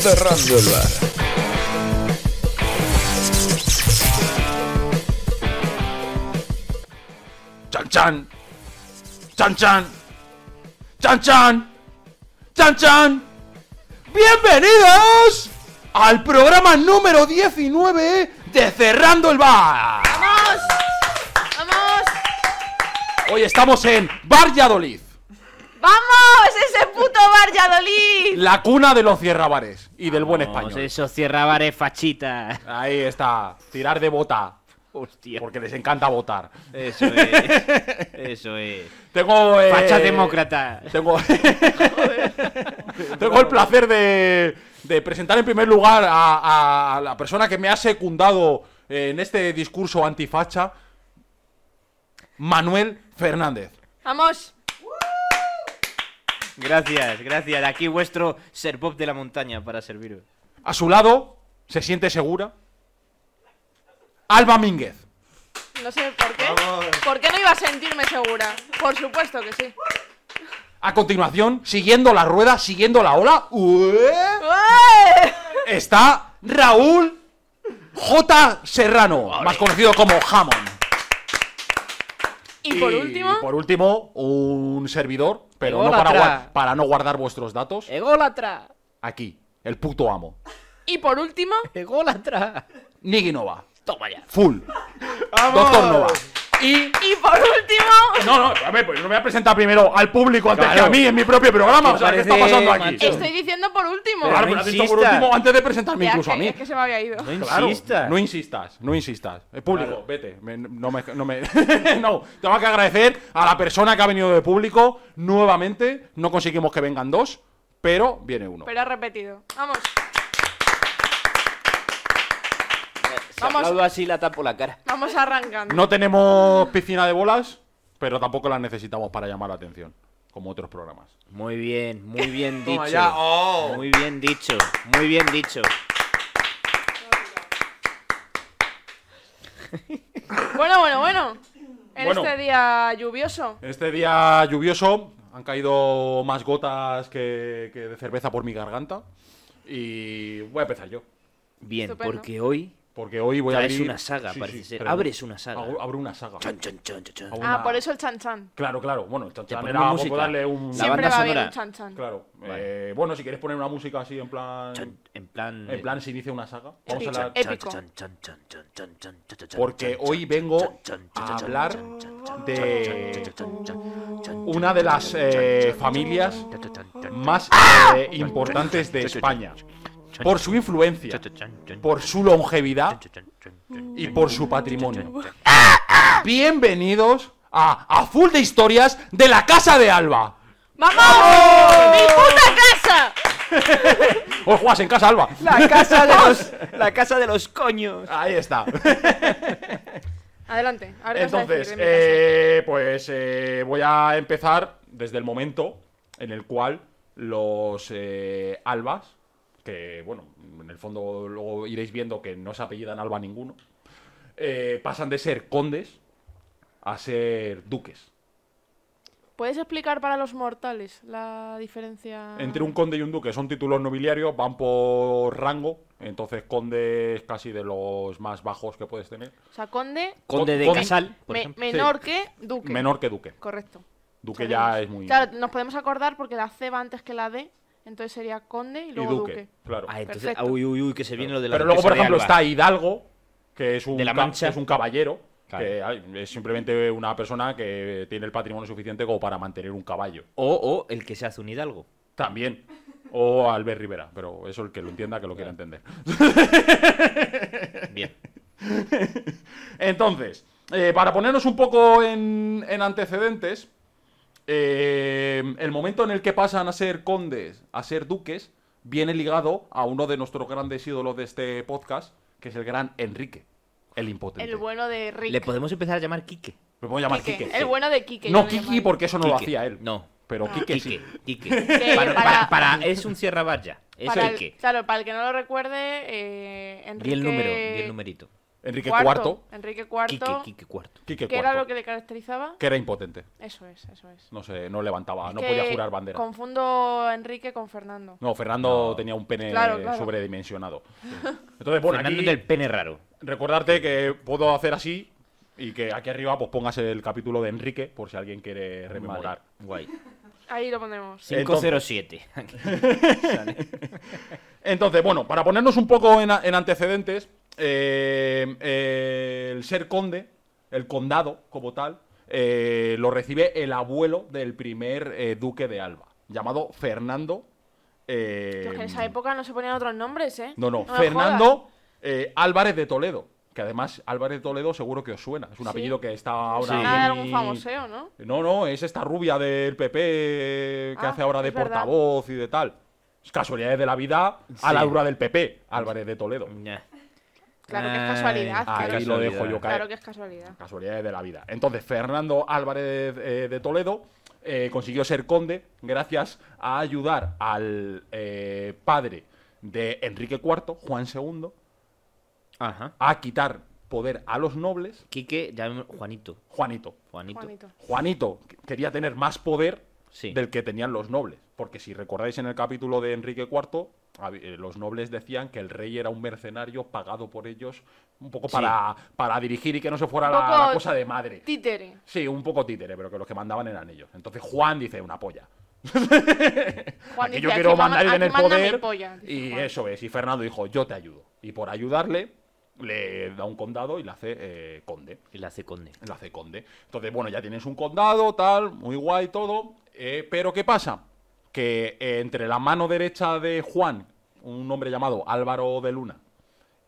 Cerrando el bar. Chan chan. Chan chan. Chan chan. Chan chan. Bienvenidos al programa número 19 de Cerrando el Bar. ¡Vamos! ¡Vamos! Hoy estamos en Valladolid, ¡Vamos! ¡Ese puto Valladolid! la cuna de los cierrabares y del buen Vamos, español. Esos cierrabares fachitas. Ahí está, tirar de bota, Hostia. porque les encanta votar. Eso es. Eso es. Tengo eh, Facha demócrata. Tengo, tengo el placer de, de presentar en primer lugar a, a- a la persona que me ha secundado en este discurso antifacha, Manuel Fernández. ¡Vamos! Gracias, gracias. Aquí vuestro ser Bob de la montaña para serviros. A su lado, se siente segura, Alba Mínguez. No sé por qué. ¿Por qué no iba a sentirme segura? Por supuesto que sí. A continuación, siguiendo la rueda, siguiendo la ola, ¡ué! ¡Eh! está Raúl J. Serrano, más conocido como Hammond. Y por último, por último, un servidor, pero no para, Ególatra. gua- para no guardar vuestros datos. Eh. ¡Ególatra! Aquí, el puto amo. y por último, ¡Ególatra! Niki Nova. Toma ya. Full. Doctor Nova. Y. y por último, No, no, a ver, pues no me voy a presentar primero al público antes Claro. que a mí en mi propio programa. O sea, ¿qué está Parece pasando aquí? macho. estoy diciendo por último. Claro, no pero has dicho por insistas. último antes de presentarme Ya, incluso que- a mí. Es que se me había ido. No Claro, insistas. No insistas, no insistas. El público, vete. me- no me. No, me- no, tengo que agradecer a la persona que ha venido de público nuevamente. No conseguimos que vengan dos, pero viene uno. Pero ha repetido. ¡Vamos! Si Vamos. aplaudo así la tapo la cara. Vamos arrancando. No tenemos piscina de bolas, pero tampoco las necesitamos para llamar la atención, como otros programas. Muy bien, muy bien Toma dicho. ya, oh. Muy bien dicho, muy bien dicho. Bueno, bueno, bueno. En Bueno. este día lluvioso. Este día lluvioso han caído más gotas que, que de cerveza por mi garganta. Y voy a empezar yo. Bien, Estupendo. porque hoy Porque hoy voy a Traes abrir... una saga, parece ser. pero- Abres una saga. Abro, abro una saga. Chon, chon, chon, chon, chon. Abro Ah, una- por eso el chan chan. Claro, claro. Bueno, chan, chan ponemos era música. por darle un... La Siempre banda va bien sonora. un chan chan. Claro. Eh, bueno, si quieres poner una música así en plan... Chon, en plan En plan se inicia una saga. Chon, Vamos a chon, la... eh. Épico. Porque hoy vengo a hablar de una de las eh, familias más eh, importantes de España. Por su influencia, por su longevidad y por su patrimonio. Bienvenidos a, a Full de Historias de la Casa de Alba. ¡Vamos! ¡Mi puta casa! Os juegas en casa, Alba. La casa de los la casa de los coños. Ahí está. Adelante. A ver qué vas a Entonces, decir de mi casa. eh, pues eh, voy a empezar desde el momento en el cual los eh, albas, que bueno, en el fondo luego iréis viendo que no se apellidan alba ninguno, eh, pasan de ser condes a ser duques. ¿Puedes explicar para los mortales la diferencia? Entre un conde y un duque son títulos nobiliarios, van por rango, entonces conde es casi de los más bajos que puedes tener, O sea, conde, Conde de Conde- Casal, por me- ejemplo. menor que duque. menor que duque. Correcto. Duque Sabemos. ya es muy... Claro, nos podemos acordar porque la C va antes que la D, entonces sería conde y y luego duque, duque. claro. Ah, entonces, Perfecto. uy, uy, uy, que se viene lo de la Pero luego, por duquesa ejemplo, de Alba. está Hidalgo, que es un, De la ca- Mancha. que es un caballero, Claro. que ay, es simplemente una persona que tiene el patrimonio suficiente como para mantener un caballo. O, o el que se hace un hidalgo. También. O Albert Rivera, pero eso el que lo entienda, que lo quiera entender. Bien. Entonces, eh, para ponernos un poco en, en antecedentes, eh, el momento en el que pasan a ser condes, a ser duques, viene ligado a uno de nuestros grandes ídolos de este podcast, que es el gran Enrique, el impotente. El bueno de Rick. Le podemos empezar a llamar Quique. Lo podemos llamar Quique. Quique. El bueno de Quique. yo No lo Kiki llamaría. porque eso no lo Quique. hacía él. No. Ah. Pero Kike Quique, sí. Quique. Que Para, para- para- para- es un cierra ya. Es Para el- Quique. claro, para el que no lo recuerde, eh, Enrique... Di el número, di el numerito. Enrique IV, Cuarto, Enrique IV, Quique, Quique cuarto. Quique ¿qué era IV, lo que le caracterizaba? que era impotente. Eso es, eso es. No sé, no levantaba, Es Ah, no que podía jurar bandera. Confundo a Enrique con Fernando. No, Fernando tenía un pene Claro, claro. sobredimensionado. Entonces, bueno, Fernando aquí- del pene raro. recordarte que puedo hacer así y que aquí arriba pues pongas el capítulo de Enrique por si alguien quiere rememorar. Vale, Guay. Ahí lo ponemos. Entonces- 507. Entonces, bueno, para ponernos un poco en, a- en antecedentes, eh, eh, el ser conde, el condado como tal, eh, lo recibe el abuelo del primer eh, duque de Alba, llamado Fernando. eh, Tío, es que en esa época no se ponían otros nombres, ¿eh? No, no, me jodas. Fernando eh, Álvarez de Toledo. Que además Álvarez de Toledo seguro que os suena. Es un Sí. Ah, apellido que está Suena ahora. de muy- algún famoseo, ¿no? No, no, es esta rubia del PP que Ah, hace ahora de es verdad. portavoz y de tal. Es Casualidades de la vida a la Sí. Mm. dura del PP, Álvarez de Toledo. Ya. Ah, Claro que es Ay, casualidad, Ahí claro. ah, lo casualidad. dejo yo caer. Claro que es casualidad. Casualidades de la vida. Entonces, Fernando Álvarez eh, de Toledo eh, consiguió ser conde gracias a ayudar al eh, padre de Enrique IV, Juan II, Ajá. a quitar poder a los nobles. Quique, llamémoslo Juanito. Juanito. Juanito. Juanito. Juanito qu- quería tener más poder Sí. del que tenían los nobles. Porque si recordáis en el capítulo de Enrique IV, hab- eh, los nobles decían que el rey era un mercenario pagado por ellos un poco Sí. para, para dirigir y que no se fuera la- Un poco la cosa de madre. Títere. Sí, un poco títere, pero que los que mandaban eran ellos. Entonces Juan dice una polla. Juan aquí dice, yo quiero "Aquí mandar y mama- tener aquí manda mi poder. polla", dice y Juan. eso es. Y Fernando dijo, yo te ayudo. Y por ayudarle, le da un condado y le hace eh, conde. Y la hace conde. La hace conde. Entonces, bueno, ya tienes un condado, tal, muy guay todo. eh, pero ¿qué pasa? Que eh, entre la mano derecha de Juan, un hombre llamado Álvaro de Luna,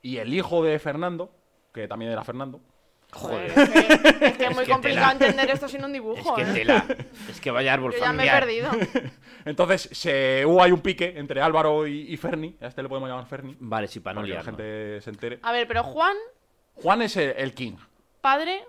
y el hijo de Fernando, que también era Fernando, Joder. Es que es, que es Es muy que complicado tela. entender esto sin un Es dibujo, que ¿eh? tela. Es que vaya árbol Yo ya me he familiar. perdido. Entonces se, hubo hay un pique entre Álvaro y, y Ferni. A este le podemos llamar Ferni. Vale, sí, para no para que la liarnos. gente se entere. A ver, pero Juan, Juan es el, el king. padre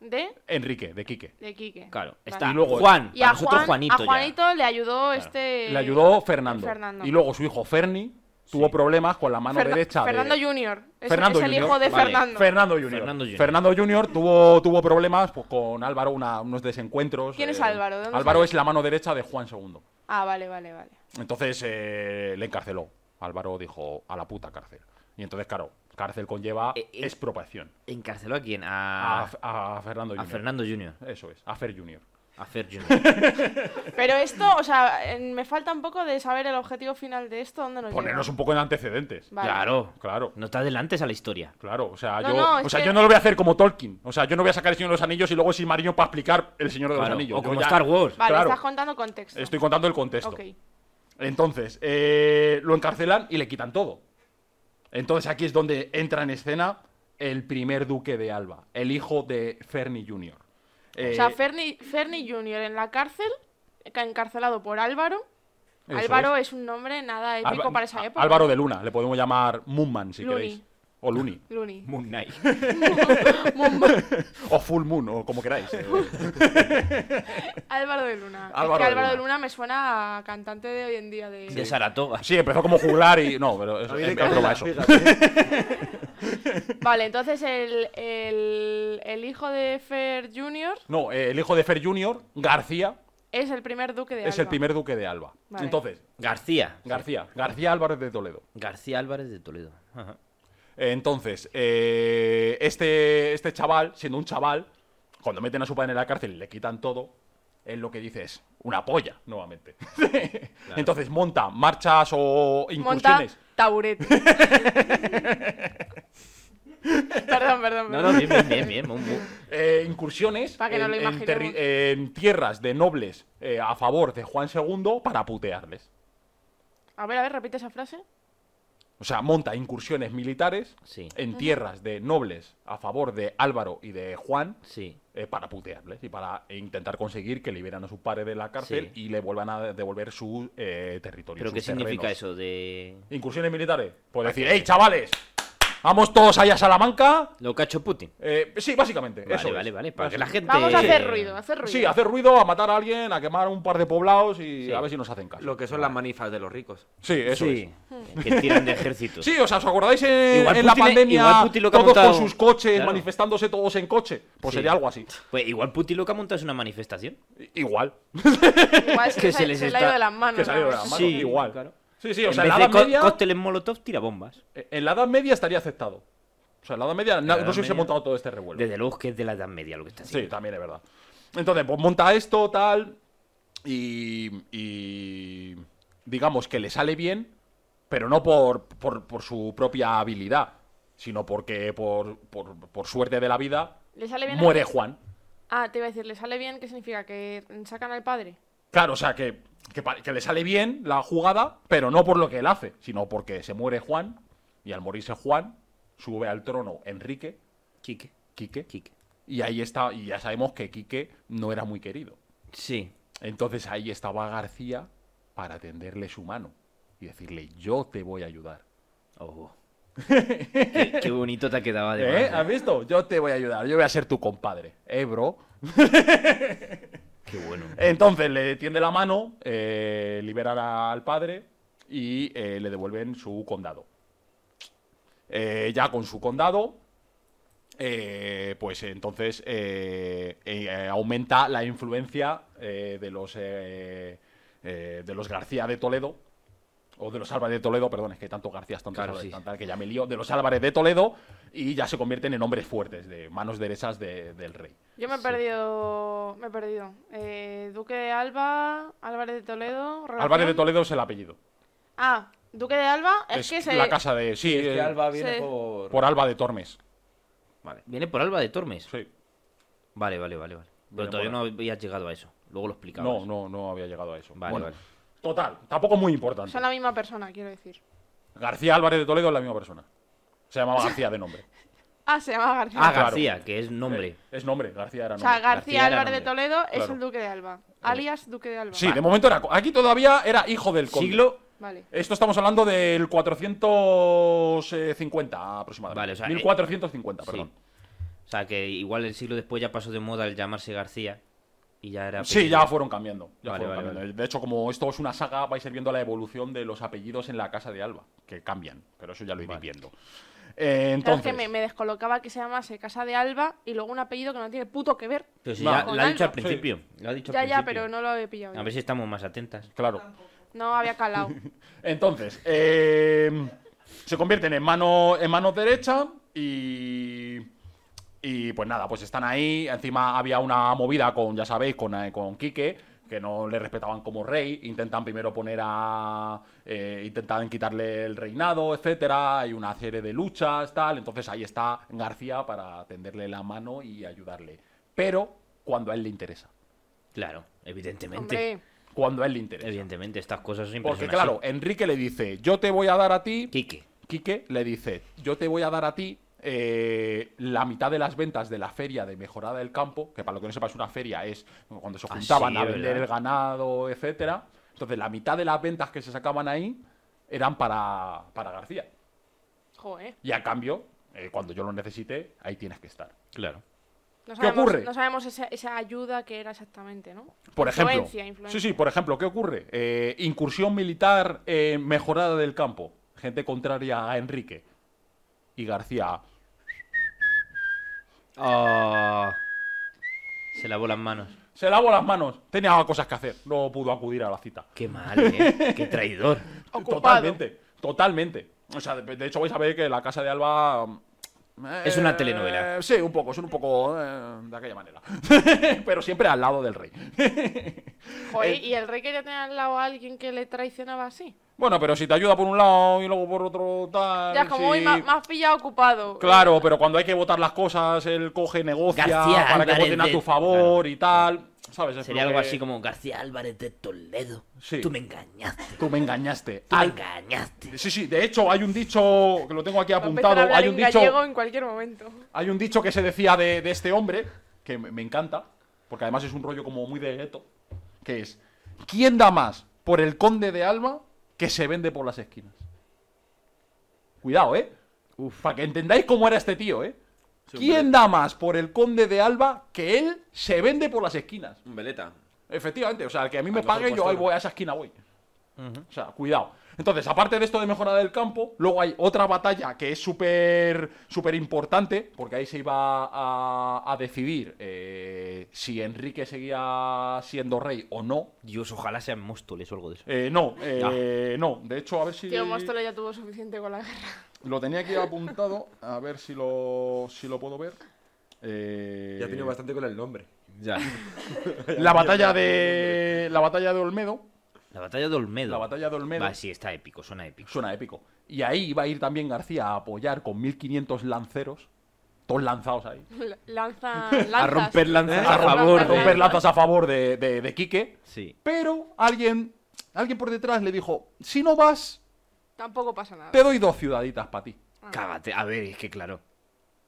de, Enrique, de Quique. de Quique. Claro. Vale. Está Y luego- Juan. Y para a, nosotros Juan, Juanito, a Juanito le ayudó este... Le ayudó Fernando. Fernando. Y luego su hijo Ferni tuvo problemas con la mano Ferna- derecha de- Fernando Junior. Es, Fernando es el Junior. hijo de Vale. Fernando. Fernando Junior. Fernando Junior. Fernando Junior tuvo, tuvo problemas pues, con Álvaro, una- unos desencuentros. eh, ¿Quién es Álvaro? ¿De dónde Álvaro sale? es la mano derecha de Juan II. Ah, vale, vale, vale. Entonces eh, le encarceló. Álvaro dijo a la puta cárcel. Y entonces, claro, cárcel conlleva Eh, eh. expropiación. ya. ¿Encarceló a quién? A, A, a Fernando a Junior. Fernando Junior. Eso es, a Fer Junior. A Fer Junior. Pero esto, o sea, en- me falta un poco de saber el objetivo final de esto, dónde nos Ponernos lleva. un poco en antecedentes. Vale. Claro. Claro, No te adelantes a la historia. claro. O sea, No, yo, no, o es sea que- yo no lo voy a hacer como Tolkien. O sea, yo no voy a sacar el Señor de los Anillos y luego sin Mariño para explicar el Señor de Claro, los Anillos. O Yo como ya- Star Wars. Vale, claro. estás contando contexto. Estoy contando el contexto. Ok. Entonces, eh, lo encarcelan y le quitan todo. Entonces aquí es donde entra en escena el primer duque de Alba, el hijo de Ferni Jr. O Eh, sea, Ferni, Ferni Junior en la cárcel, ca- encarcelado por Álvaro. Eso Álvaro es. un nombre nada Alba- épico para esa época. Álvaro de Luna, le podemos llamar Moonman si Looney. queréis. O Looney. Luni. Moon Knight. O Full Moon, o como queráis. eh. Álvaro de Luna. Álvaro es que de Álvaro Luna. de Luna me suena a cantante de hoy en día de... De Saratoga. Sí, empezó como juglar y. No, pero eso, es broma eso. Vale, entonces el, el, el hijo de Fer Junior No, eh, el hijo de Fer Jr., García, es el primer duque de es el Alba. primer duque de Alba. Vale. Entonces, García. García, García Álvarez de Toledo. García Álvarez de Toledo. Ajá. Eh, Entonces, eh, este, este chaval, siendo un chaval, cuando meten a su padre en la cárcel y le quitan todo, él lo que dice es una polla, nuevamente. Entonces monta marchas o Monta incursiones. taburete. perdón, perdón, No, perdón. no, bien, bien, bien. bien, muy- muy- eh, incursiones Pa' que no en, lo en imaginemos. terri- en tierras de nobles eh, a favor de Juan II para putearles. A ver, a ver, repite esa frase. O sea, monta incursiones militares Sí. en tierras de nobles a favor de Álvaro y de Juan Sí. eh, para putearles y para intentar conseguir que liberan a sus padres de la cárcel Sí. y le vuelvan a devolver su eh, territorio. ¿Pero sus qué significa terrenos. eso de...? Incursiones militares. Pues decir, ¡Ey, chavales! Vamos todos allá a Salamanca. Lo que ha hecho Putin. Eh, sí, básicamente. Vale, eso es. vale, vale. Para que Eso la es. gente. Vamos a hacer ruido, hacer ruido. Sí, hacer ruido, a matar a alguien, a quemar un par de poblados y Sí. a ver si nos hacen caso. Lo que son las manifas de los ricos. Sí, eso Sí. Mm. Que tiran de ejército. es. Sí, o sea, ¿os acordáis en, Igual en la Putin le- pandemia igual Putin lo que ha todos montado- con sus coches, Claro. manifestándose todos en coche? Pues Sí. sería algo así. Pues igual Putin lo que ha montado es una manifestación. I- Igual. Igual se, Que les ha- se les se le ha está- ido de las manos. que salió de la ¿no? mano. Ah, Sí, igual. claro. Sí, sí, o en sea, en la vez de Edad có- Media. cócteles molotov, tira bombas. Eh, En la Edad Media estaría aceptado. O sea, en la Edad Media na- Edad no se hubiese Media. montado todo este revuelo. Desde luego que es de la Edad Media lo que está Sí, haciendo. también es verdad. Entonces, pues monta esto, tal. Y. y digamos que le sale bien, pero no por, por, por su propia habilidad, sino porque por, por, por suerte de la vida ¿Le sale bien? muere Juan. Ah, te iba a decir, ¿le sale bien? ¿Qué significa? ¿Que sacan al padre? Claro, o sea, que, que, pa- que le sale bien la jugada, pero no por lo que él hace, sino porque se muere Juan. Y al morirse Juan, sube al trono Enrique, Quique. Quique. Quique. Y ahí está, y ya sabemos que Quique no era muy querido. Sí. Entonces ahí estaba García para tenderle su mano y decirle, yo te voy a ayudar. Oh. qué, qué bonito te ha quedado ¿Eh? además. ¿Has visto? Yo te voy a ayudar, yo voy a ser tu compadre. ¿Eh, bro? Qué bueno. Entonces le tiende la mano, eh, liberan al padre y eh, le devuelven su condado. Eh, ya con su condado, eh, pues entonces eh, eh, aumenta la influencia eh, de los eh, eh, de los García de Toledo. O de los Álvarez de Toledo, perdón, es que tanto García, tantos Claro, Álvarez, sí. tanta- que ya me lío, de los Álvarez de Toledo, y ya se convierten en hombres fuertes, de manos derechas de- del rey. Yo me he perdido. Me he perdido. Eh, Duque de Alba, Álvarez de Toledo. ¿relación? Álvarez de Toledo es el apellido. Ah, Duque de Alba es, que se. la casa de sí Es eh, que Alba viene Sí. por... por Alba de Tormes Vale. Viene por Alba de Tormes. sí Vale, vale, vale, vale. Pero Viene todavía por no habías llegado a eso. Luego lo no explicamos. no no había llegado a eso Vale, Bueno, vale. total tampoco muy importante Son la misma persona, quiero decir. García Álvarez de Toledo es la misma persona se llamaba García de nombre Ah, se llama García. Ah, claro. García, que es nombre. Eh, es nombre García era o nombre sea, García, García era Álvarez de nombre. Toledo es Claro. el Duque de Alba. Alias Duque de Alba. sí de momento era co- aquí todavía era hijo del conde. Siglo. Vale. esto estamos hablando del 450 aproximadamente Vale, o sea, eh, 1450 perdón O sea, que igual el siglo después ya pasó de moda el llamarse García. Y ya era. Sí, apellido. ya fueron cambiando. ya Vale, fueron vale, cambiando. De hecho, como esto es una saga, vais a ir viendo la evolución de los apellidos en la casa de Alba, que cambian, pero eso ya lo iréis Vale. viendo. Eh, Claro, entonces, es que me, me descolocaba que se llamase Casa de Alba y luego un apellido que no tiene puto que ver. Pero si Va. ya Con lo ha dicho al Alba. principio. Lo ha dicho Ya, al ya, principio. pero no lo había pillado. A yo. ver si estamos más atentas. claro. No había calado. Entonces, eh, se convierten en mano, en mano derecha y. Y pues nada, pues están ahí. Encima había una movida con, ya sabéis, con, eh, con Quique, que no le respetaban como rey. Intentan primero poner a. eh, intentan quitarle el reinado, etcétera. Hay una serie de luchas, tal. Entonces ahí está García para tenderle la mano y ayudarle. Pero cuando a él le interesa. Claro, evidentemente. Hombre, Cuando a él le interesa. Evidentemente, estas cosas siempre Porque son así. claro, Enrique le dice: Yo te voy a dar a ti. Quique. Quique le dice, yo te voy a dar a ti eh, la mitad de las ventas de la feria de mejorada del campo, que para lo que no sepas una feria es cuando se Ah, juntaban sí, a es vender verdad. el ganado, etcétera. Entonces la mitad de las ventas que se sacaban ahí eran para, para García. joder. Y a cambio, eh, cuando yo lo necesite, ahí tienes que estar. Claro. No ¿Qué sabemos, ocurre? No sabemos esa, esa ayuda que era exactamente, ¿no? Por ejemplo, Influencia, influencia. sí, sí, por ejemplo, ¿qué ocurre? Eh, incursión militar eh, mejorada del campo, gente contraria a Enrique y García. Ah, Se lavó las manos. Se lavó las manos. Tenía cosas que hacer. No pudo acudir a la cita. Qué mal, ¿eh? Qué traidor. Ocupado. Totalmente. Totalmente. O sea, de, de hecho vais a ver que la casa de Alba... mm, Es eh, una telenovela. Sí, un poco. Son un poco eh, de aquella manera. Pero siempre al lado del rey. Eh, Joder, ¿y el rey quería tener al lado a alguien que le traicionaba así? Bueno, pero si te ayuda por un lado y luego por otro tal... Ya, como sí. hoy ma- más, pillado ocupado. Claro, pero cuando hay que votar las cosas, él coge negocia García para que Álvarez voten a de- tu favor y tal. ¿Sabes? Es Sería lo algo que- así como García Álvarez de Toledo. Sí. Tú me engañaste. Tú me engañaste. Tú me Al- engañaste. Sí, sí, de hecho hay un dicho que lo tengo aquí Va a empezar a apuntado. hablar Hay un en dicho, gallego en cualquier momento. hay un dicho que se decía de, de este hombre, que me, me encanta, porque además es un rollo como muy de gueto, que es, ¿quién da más por el conde de Alba que se vende por las esquinas? Cuidado, ¿eh? Para que entendáis cómo era este tío, ¿eh? Sí, un ¿Quién da más por el conde de Alba que él se vende por las esquinas? Un veleta. Efectivamente, o sea, el que a mí Al me mejor pague, yo ahí postor. voy a esa esquina, voy. O sea, cuidado. Entonces, aparte de esto de mejorada del campo, luego hay otra batalla que es súper súper importante, porque ahí se iba a, a decidir eh, si Enrique seguía siendo rey o no. Dios, ojalá sean Móstoles o algo de eso. Eh, no, eh, no. De hecho, a ver si Tío, Móstoles ya tuvo suficiente con la guerra. lo tenía aquí apuntado, a ver si lo, si lo puedo ver. Eh, Ya ha tenido bastante con el nombre. Ya. la batalla de la batalla de Olmedo La batalla de Olmedo. La batalla de Olmedo. Va, sí, está épico, suena épico. Suena épico. Y ahí iba a ir también García a apoyar con 1500 lanceros, todos lanzados ahí. La- Lanza, lanzas. A romper ¿Eh? lanzas A a romper favor. ¿Eh? A romper lanzas a favor de, de, de Quique. Sí. Pero alguien, alguien por detrás le dijo: Si no vas, Tampoco pasa nada. te doy dos ciudaditas para ti. Ah. Cágate. A ver, es que claro.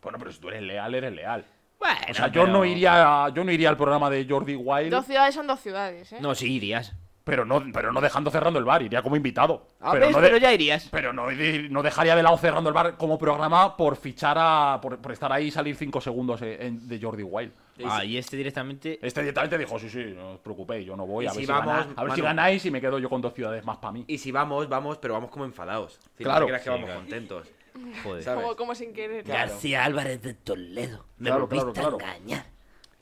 Bueno, pero si tú eres leal, eres leal. Bueno, O sea, yo pero- no iría, yo no iría al programa de Jordi Wild, Dos ciudades son dos ciudades, ¿eh? No, sí irías. pero no, pero no dejando cerrando el bar, iría como invitado. A Ah, pero ver, no de- Ah, pero ya irías. Pero no, no dejaría de lado cerrando el bar como programa por fichar a. por, por estar ahí y salir 5 segundos eh, en- de Jordi Wild. Ah, y este directamente. Este directamente dijo: Sí, sí, no os preocupéis, yo no voy. Y A ver, si si, vamos, gana- a ver si Manu. ganáis y me quedo yo con dos ciudades más para mí. Y si vamos, vamos, pero vamos como enfadados. Si no Claro. te creas Sí, que vamos claro. contentos. Joder. ¿sabes? Como, como sin querer. García Álvarez de Toledo. Me Claro, volviste claro, a claro. engañar.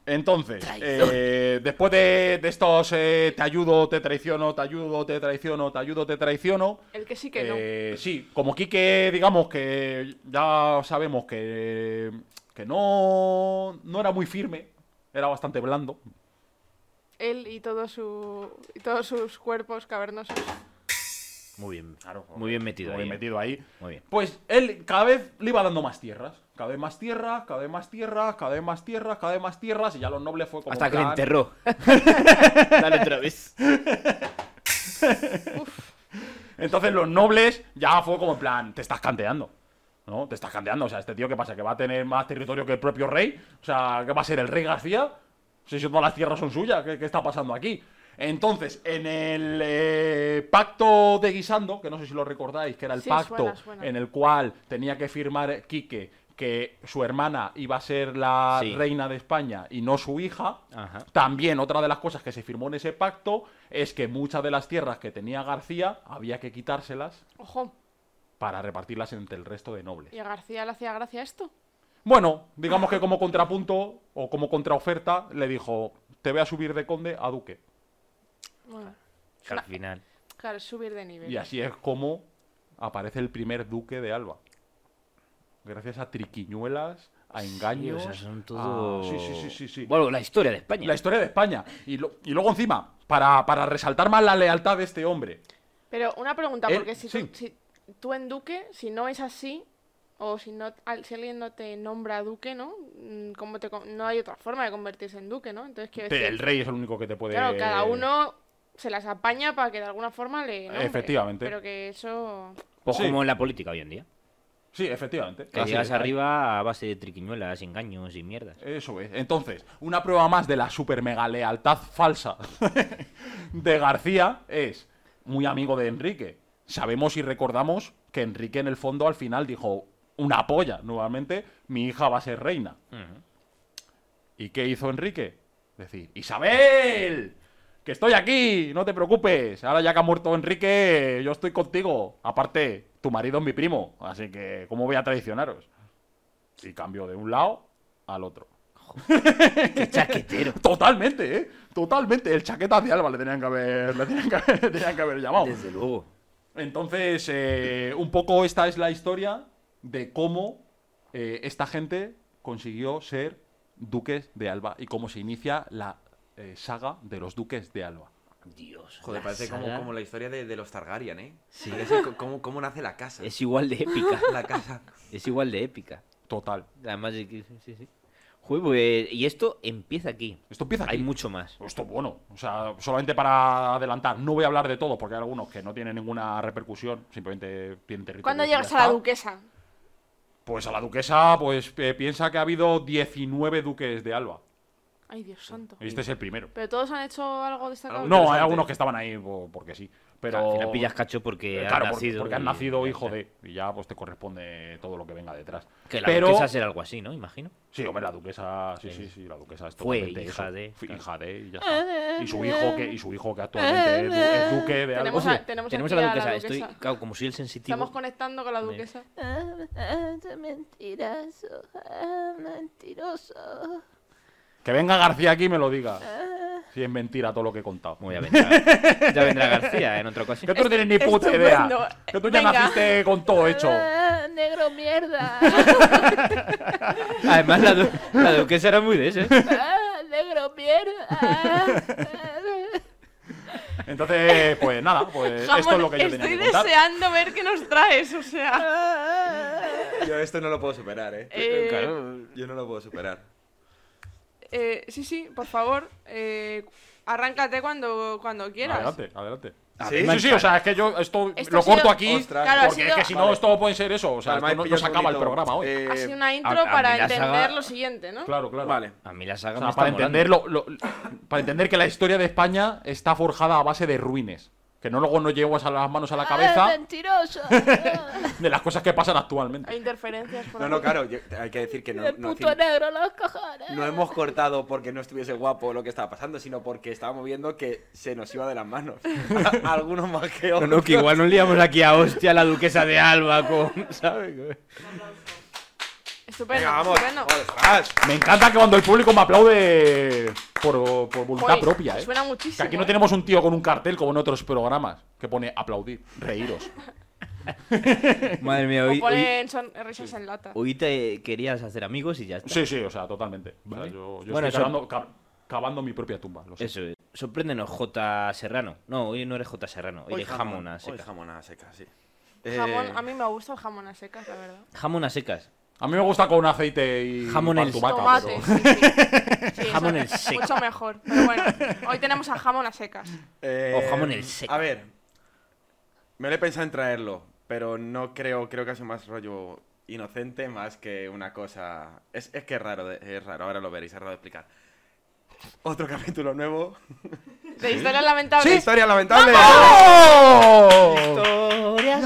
Entonces, Traidor. eh, después de, de estos eh, te ayudo, te traiciono, te ayudo, te traiciono, te ayudo, te traiciono. El que sí que no. eh, Sí, como Quique, digamos que ya sabemos que, que no, no era muy firme, era bastante blando. Él y todo su, y todos sus cuerpos cavernosos. Muy bien. Muy bien Muy metido ahí. bien eh. metido ahí. Muy bien. Pues él cada vez le iba dando más tierras. Cada vez más tierras, cada vez más tierras, cada vez más tierras, cada vez más tierras. Y ya los nobles fue como. Hasta en que le plan- enterró. Dale otra vez. Entonces los nobles ya fue como en plan, te estás canteando. ¿No? Te estás canteando. O sea, este tío, ¿qué pasa? ¿Que va a tener más territorio que el propio rey? O sea, ¿qué va a ser el rey García? Si si todas las tierras son suyas, ¿qué, qué está pasando aquí? Entonces, en el eh, pacto de Guisando, que no sé si lo recordáis, que era el Sí, pacto suena, suena. en el cual tenía que firmar Quique que su hermana iba a ser la Sí. reina de España y no su hija, Ajá. también otra de las cosas que se firmó en ese pacto es que muchas de las tierras que tenía García había que quitárselas Ojo. para repartirlas entre el resto de nobles. ¿Y a García le hacía gracia esto? Bueno, digamos que como contrapunto o como contraoferta le dijo, te voy a subir de conde a duque. Bueno, Que al final. claro, es subir de nivel. Y así es como aparece el primer duque de Alba. Gracias a triquiñuelas, a Tío, o engaños. sea, son a- todo. Sí, sí, sí, sí, sí. Bueno, la historia de España. La historia de España. Y, lo- y luego encima, para, para resaltar más la lealtad de este hombre, Pero una pregunta, Él- porque si, sí. tú, si tú en Duque, si no es así, o si no al- si alguien no te nombra Duque, ¿no? Mm, ¿Cómo te, con- no hay otra forma de convertirse en Duque, ¿no? Entonces quiero Te- decir, el rey es el único que te puede. claro, cada uno se las apaña para que de alguna forma le nombre, Efectivamente. Pero que eso... Pues Sí. como en la política hoy en día. Sí, efectivamente. Que Así llegas es. arriba a base de triquiñuelas, engaños y mierdas. Eso es. Entonces, una prueba más de la super mega lealtad falsa de García es muy amigo de Enrique. Sabemos y recordamos que Enrique, en el fondo, al final dijo: Una polla, nuevamente, mi hija va a ser reina. ¿Y qué hizo Enrique? Decir, Isabel, que estoy aquí, no te preocupes. Ahora ya que ha muerto Enrique, yo estoy contigo. Aparte, tu marido es mi primo, así que ¿cómo voy a traicionaros? Y cambio de un lado al otro. Qué chaquetero. Totalmente, ¿eh? Totalmente. El chaqueta de Alba le tenían que haber, le tenían que haber, le tenían que haber llamado. Desde luego. Entonces, eh, un poco esta es la historia de cómo eh, esta gente consiguió ser duques de Alba y cómo se inicia la eh, saga de los duques de Alba. Dios. Joder, la parece como, saga como la historia de, de los Targaryen, ¿eh? Sí. ¿Cómo, cómo nace la casa? Es igual de épica. La casa. es igual de épica. Total. Además de que. Sí, sí, sí. Joder, pues, y esto empieza aquí. Esto empieza aquí. Hay mucho más. Esto es bueno. O sea, solamente para adelantar, no voy a hablar de todo porque hay algunos que no tienen ninguna repercusión, simplemente tienen territorio. ¿Cuándo y ya llegas a la está. duquesa? Pues a la duquesa, pues eh, piensa que ha habido 19 duques de Alba. Ay, Dios santo. Este es el primero. Pero todos han hecho algo destacable. No, hay algunos que estaban ahí po- porque sí. Pero. eh, Al final pillas cacho porque Claro, has por- nacido. porque has y- nacido hijo de. Y ya pues te corresponde todo lo que venga detrás. Que la Pero. duquesa será algo así, ¿no? Imagino. Sí, hombre, la duquesa. Sí, Es- sí, sí, la duquesa es fue totalmente hija eso. de- Fue claro. hija de y ya está. Y su hijo que, y su hijo que actualmente es, du- es duque de algo. Tenemos a, tenemos Tenemos a aquí la duquesa. a Estoy, claro, como soy el sensitivo. Estamos conectando con la duquesa. ah, mentiroso, mentiroso. Que venga García aquí y me lo diga. Si es mentira todo lo que he contado. Bueno, ya vendrá, ya vendrá García en otra ocasión. Que tú no tienes ni puta idea. Estupendo. Que tú ya Este Venga. naciste con todo hecho. Ah, negro mierda, Además, la, du- la duquesa era muy de ese. Ah, negro mierda. Entonces, pues nada, pues esto es Jamón, lo que yo tenía estoy que contar. deseando ver qué nos traes, o sea. Yo esto no lo puedo superar, ¿eh? Eh, Yo no lo puedo superar. eh, sí, sí, por favor. eh, arráncate cuando, cuando quieras. Adelante, adelante. ¿Sí? Sí, sí, o sea, es que yo esto, Esto lo ha sido- corto aquí Ostras, Claro, ha porque es sido- que si no Vale. esto puede ser eso, o sea, Vale, esto me ha no, no pillado se un acaba el poquito. programa hoy. Eh, Ha sido una intro a- a para mí la saga- entender lo siguiente, ¿no? Claro, claro. Vale. A mí la saga O me sea, está para molando. entender lo- lo- para entender que la historia de España está forjada a base de ruines, que no luego no llevas a las manos Ah, a la cabeza mentiroso. de las cosas que pasan actualmente. Hay interferencias por No, ahí. no, claro, yo- hay que decir que no, El no, puto hacim- negro, los cojones. no hemos cortado porque no estuviese guapo lo que estaba pasando, sino porque estábamos viendo que se nos iba de las manos. Algunos más que No, otros. no, que igual nos liamos aquí a hostia la duquesa de Alba con. ¿Sabes? Estupendo, Venga, vamos. estupendo. ostras. Me encanta que cuando el público me aplaude por, por voluntad Joder, propia, ¿eh? Suena Que muchísimo. aquí no ¿eh? tenemos un tío con un cartel como en otros programas que pone aplaudir, reíros. Madre mía, ¿eh? O hoy, hoy, ponen son- risas en lata. hoy te querías hacer amigos y ya está. Sí, sí, o sea, totalmente. O sea, Vale. yo yo Bueno, estoy eso- cavando, ca- cavando mi propia tumba. Lo sé. Eso es. Sorpréndenos, J. Serrano. No, hoy no eres J. Serrano, hoy, Hoy eres jamón a Hoy secas. jamón a seca, sí. Jamón, Eh, a mí me gusta el jamón a secas, la verdad. Jamón a secas. A mí me gusta con aceite y Jamón pan en- tumaca, Tomate, pero- sí, sí. Sí, Jamón eso- en seco. Mucho mejor. Pero bueno, hoy tenemos a jamón a secas. eh, O jamón en seco. A ver, me lo he pensado en traerlo, pero no creo, creo que hace más rollo inocente más que una cosa... Es, es que es raro, de- es raro, ahora lo veréis, es raro de explicar. Otro capítulo nuevo. De historias lamentables. Historia lamentable. ¡Oh! Historias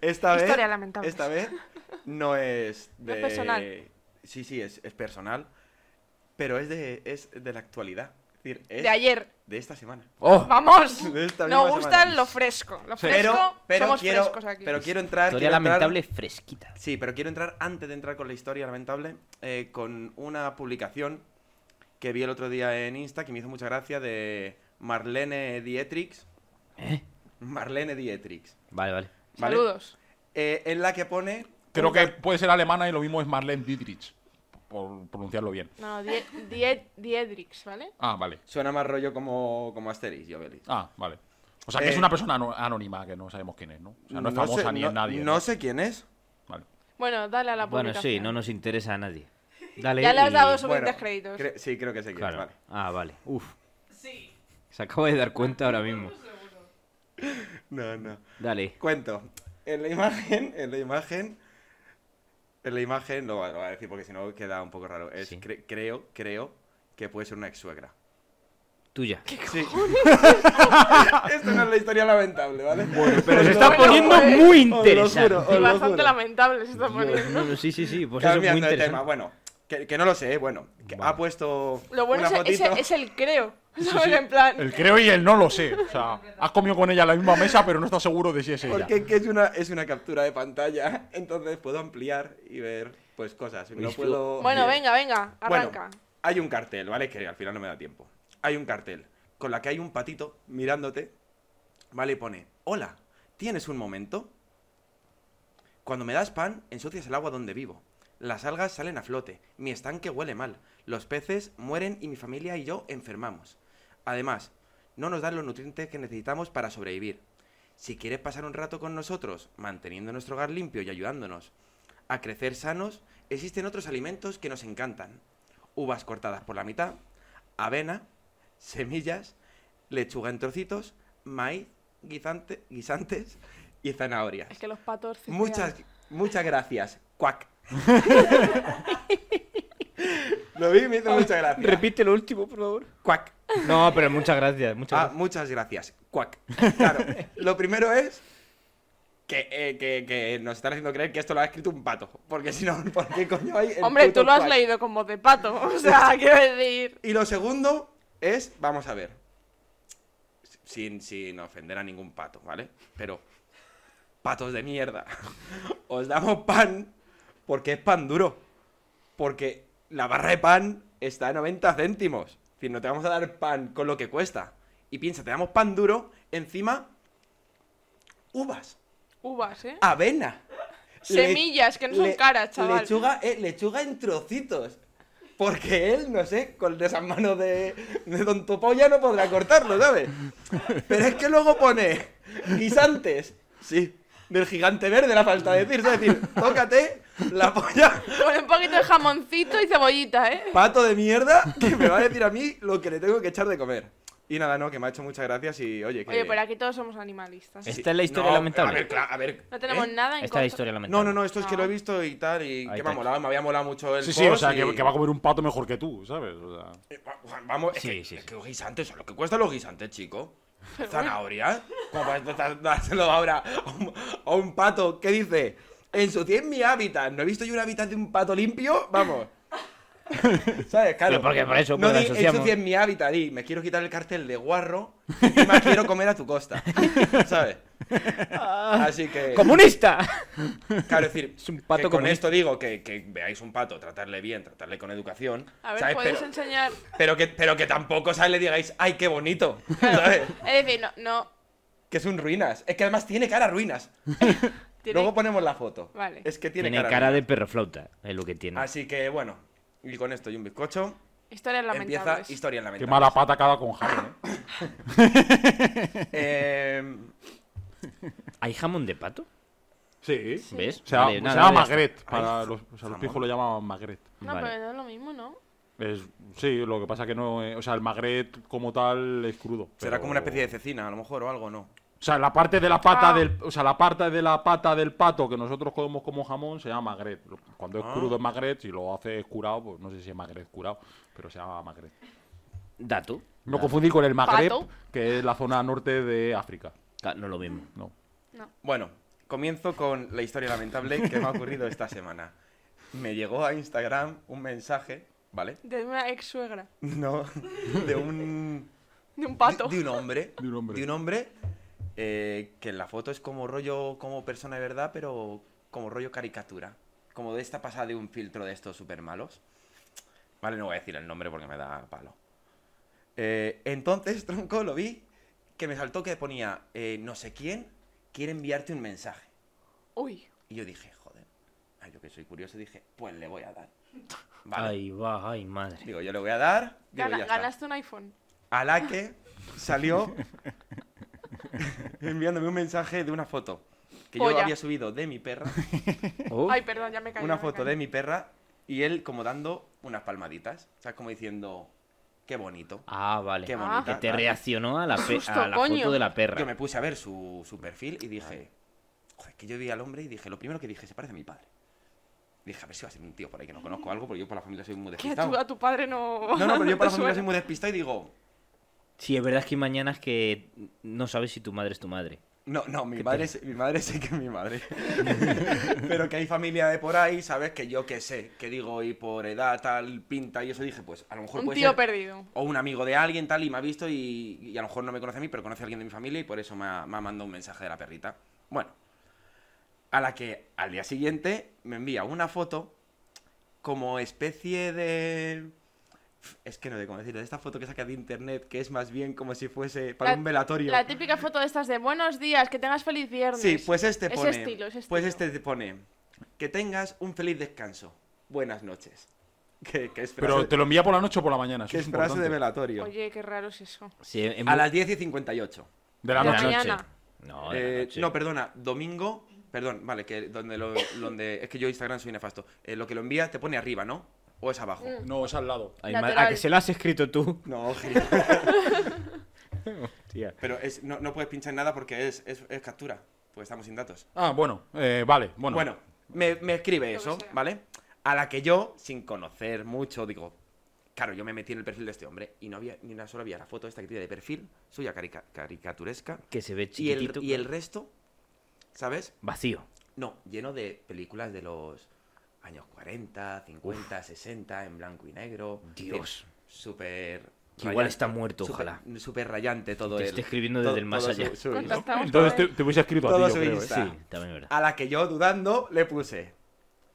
Esta vez, Historia lamentable. Esta vez no es No de... es personal. Sí, sí, es, es personal, pero es de, es de la actualidad. Es decir, es De ayer. de esta semana. ¡Oh! Vamos. De esta misma Nos gusta semana. lo fresco. Lo fresco. Pero, pero somos quiero, frescos aquí. pero quiero entrar... quiero entrar- lamentable fresquita. Sí, pero quiero entrar, antes de entrar con la historia lamentable, eh, con una publicación que vi el otro día en Insta que me hizo mucha gracia de Marlene Dietrich. ¿Eh? Marlene Dietrich. Vale, vale. ¿vale? Saludos. Eh, en la que pone... Creo que puede ser alemana y lo mismo es Marlene Dietrich, por pronunciarlo bien. No, die, die- Diedrix, ¿vale? Ah, vale. Suena más rollo como, como Asterix y Obelix. Ah, vale. O sea, que Eh, es una persona ano- anónima que no sabemos quién es, ¿no? O sea, no es famosa sé- ni no- es nadie. No sé quién es. Vale. Bueno, dale a la Bueno, publicación. sí, no nos interesa a nadie. Dale. Ya le has y- dado su- Suficientes créditos. cre- sí, creo que sé quién Claro. es. Vale. Ah, vale. Uf. Se acaba de dar cuenta ahora mismo. No, no. Dale. Cuento. En la imagen, en la imagen, en la imagen, lo, lo voy a decir porque si no queda un poco raro. Es, Sí. cre- creo, creo que puede ser una ex suegra. Tuya. Sí. Esto no es la historia lamentable, ¿vale? Bueno, Pero se está Bueno, poniendo pues, muy Os lo interesante. juro, Y os lo bastante juro. lamentable se está poniendo. No, no, sí, sí, sí. Pues eso es muy Cambiando de interesante. tema. Bueno, que, que no lo sé, eh. bueno. que Ha puesto Lo bueno una es, es- fotito. es el creo. ¿sabes? En plan, El creo y el no lo sé. O sea, has comido con ella en la misma mesa, pero no estás seguro de si es ella. Porque es que es una, es una captura de pantalla, entonces puedo ampliar y ver pues cosas. No Uy, puedo... Bueno, Bien. venga, venga, Bueno, arranca. hay un cartel, ¿vale? Que al final no me da tiempo. Hay un cartel con la que hay un patito mirándote, ¿vale? Y pone, hola, ¿tienes un momento? Cuando me das pan, ensucias el agua donde vivo. Las algas salen a flote, mi estanque huele mal, los peces mueren y mi familia y yo enfermamos. Además, no nos dan los nutrientes que necesitamos para sobrevivir. Si quieres pasar un rato con nosotros, manteniendo nuestro hogar limpio y ayudándonos a crecer sanos, existen otros alimentos que nos encantan. Uvas cortadas por la mitad, avena, semillas, lechuga en trocitos, maíz, guisante- guisantes y zanahorias. Es que los patos. cisean. Muchas, muchas gracias. Cuac. Lo vi y me hizo mucha gracia. Repite lo último, por favor. Cuac. No, pero muchas gracias. Muchas Ah, gracias. muchas gracias. Cuac. Claro. Lo primero es que, eh, que, que nos están haciendo creer que esto lo ha escrito un pato. Porque si no, ¿por qué coño hay el Hombre, puto tú lo has cuac? leído como de pato. O sea, quiero decir. Y lo segundo es, vamos a ver, sin, sin ofender a ningún pato, ¿vale? Pero, patos de mierda, os damos pan porque es pan duro. Porque la barra de pan está a 90 céntimos. Es decir, no te vamos a dar pan con lo que cuesta. Y piensa, te damos pan duro, encima, uvas, Uvas, ¿eh? avena. le- Semillas, que no son caras, chaval. Lechuga, eh, lechuga en trocitos. Porque él, no sé, con esas manos de, de Don Topolla no podrá cortarlo, ¿sabes? Pero es que luego pone guisantes. Sí, del gigante verde, la falta de decir. Es decir, tócate la polla, Con un poquito de jamoncito y cebollita, ¿eh? pato de mierda, que me va a decir a mí lo que le tengo que echar de comer. Y nada, no, que me ha hecho muchas gracias y oye, que. Oye, pero aquí todos somos animalistas. Esta es la historia No, lamentable. A ver, cla- a ver. No tenemos ¿eh? nada en Esta es la contra. historia lamentable. No, no, no, esto es que No. lo he visto y tal, y Ahí que me está. ha molado, me había molado mucho el Sí, sí, o post sea, que, y- que va a comer un pato mejor que tú, ¿sabes? O sea, Eh, va- va- Vamos, es, Sí, que, sí, es sí. que los guisantes son lo que cuestan los guisantes, chico. Zanahoria. Como para esto- dárselo ahora a un, a un pato que dice: Ensucié mi hábitat. No he visto yo un hábitat de un pato limpio. Vamos. ¿Sabes? Claro. Pero porque por eso, no pues, lo di, ensuciamos. ensucié mi hábitat. Y me quiero quitar el cartel de guarro. Y más quiero comer a tu costa. ¿Sabes? Ah. Así que. ¡Comunista! Claro, es decir, Es un que pato con comunista. esto digo que, que veáis un pato, tratarle bien, tratarle con educación. A ver, ¿sabes? ¿puedes Pero- enseñar? pero que, pero que tampoco, ¿sabes? Le digáis, ¡ay, qué bonito! ¿Sabes? Es decir, no, no. Que son ruinas. Es que además tiene cara a ruinas. tiene- Luego ponemos la foto. Vale. Es que tiene, Tiene a cara de ruinas. perro flauta, es lo que tiene. Así que, bueno. Y con esto y un bizcocho, Historias empieza lamentables. Historia qué Lamentable. mala pata acaba con Javi, ¿eh? Eh, ¿Hay jamón de pato? Sí. ¿Ves? O sea, Vale, se nada, llama ya está. Magret. Para los, o sea, los jamón. pijos lo llaman Magret. No, Vale. pero no es lo mismo, ¿no? Es, sí, lo que pasa que no. eh, o sea, el Magret como tal es crudo. será pero- como una especie de cecina, a lo mejor, o algo, ¿no? O sea, la parte de la pata Ah. del. O sea, la parte de la pata del pato que nosotros comemos como jamón se llama Magret. Cuando es Ah. crudo es Magret, si lo haces curado, pues no sé si es Magret curado, pero se llama Magret. Dato. No confundir con el Magreb, Pato. que es la zona norte de África. Ah, No lo mismo. No. Bueno, comienzo con la historia lamentable que me ha ocurrido esta semana. Me llegó a Instagram un mensaje, ¿vale? De una ex suegra. No, de un De un pato. De, de un hombre. De un hombre. eh, que en la foto es como rollo, como persona de verdad, pero como rollo caricatura. Como de esta pasada de un filtro de estos super malos. Vale, no voy a decir el nombre porque me da palo. Eh, entonces, tronco, lo vi que me saltó que ponía eh, no sé quién quiere enviarte un mensaje. Uy. Y yo dije, joder, ay, yo que soy curioso, dije, pues le voy a dar. Vale. Ay, va, ay, madre. Digo, yo le voy a dar. digo, Gana- ya está. ganaste un iPhone. A la que salió enviándome un mensaje de una foto que yo Polla. había subido de mi perra, Oh, Ay, perdón, ya me caí. una foto de mi perra, y él como dando unas palmaditas, o sea, como diciendo, qué bonito. Ah, vale. Qué bonita, que te vale. reaccionó a la, pe- Susto, a la coño. foto de la perra. Yo me puse a ver su, su perfil y dije, "Joder, que yo vi al hombre y dije, lo primero que dije, se parece a mi padre. Dije, a ver si va a ser un tío por ahí que no conozco algo, porque yo por la familia soy muy Que a tu, despistado. a tu padre no. No, no, pero yo por te la familia soy suena. muy despistado y digo, Sí, es verdad que hay mañanas que no sabes si tu madre es tu madre. No, no, mi madre, sí- mi madre sí que es mi madre. Pero que hay familia de por ahí, ¿sabes? Que yo qué sé, que digo, y por edad, tal, pinta, y eso dije, pues a lo mejor Un puede tío ser- perdido. O un amigo de alguien, tal, y me ha visto y, y a lo mejor no me conoce a mí, pero conoce a alguien de mi familia y por eso me ha, me ha mandado un mensaje de la perrita. Bueno, a la que al día siguiente me envía una foto como especie de... Es que no sé cómo decirlo, de esta foto que sacas de internet, que es más bien como si fuese para La- un velatorio. La típica foto de estas de buenos días, que tengas feliz viernes. Sí, pues este Ese pone. estilo, ese Pues estilo. este te pone. Que tengas un feliz descanso. Buenas noches. Que, que es frase, Pero te lo envía por la noche o por la mañana. eso que es es frase de importante. velatorio. Oye, qué raro es eso. Sí, es A muy- las 10 y 58. De la de noche. mañana. No, de la Eh, noche. No, perdona, domingo. Perdón, vale, que donde lo. Donde, es que yo Instagram soy nefasto. Eh, lo que lo envía te pone arriba, ¿no? O es abajo. Mm. No, es al lado. Ay, madre, lateral. ¿A que se lo has escrito tú? No, gilipollas. Hostia. Pero es, no, no puedes pinchar en nada porque es, es- es captura. Porque estamos sin datos. Ah, bueno, eh, vale, bueno. Bueno, me, me escribe Lo que eso, sea. ¿vale? A la que yo, sin conocer mucho, digo, Claro, yo me metí en el perfil de este hombre y no había ni una sola, había la foto esta que tiene de perfil, suya carica- caricaturesca. Que se ve Y el, chiquitito. y el resto, ¿sabes? Vacío. No, lleno de películas de los años 40, 50, 60, en blanco y negro. Dios. Eh, Súper. Que igual rayante, está muerto, súper- ojalá. Súper rayante todo Te el- está escribiendo to- desde el más todo su- allá. su- Contactamos Entonces con te, él. te hubiese escrito a ti, Todo yo su creo, ¿eh? Insta. Sí, también es verdad. A la que yo dudando le puse.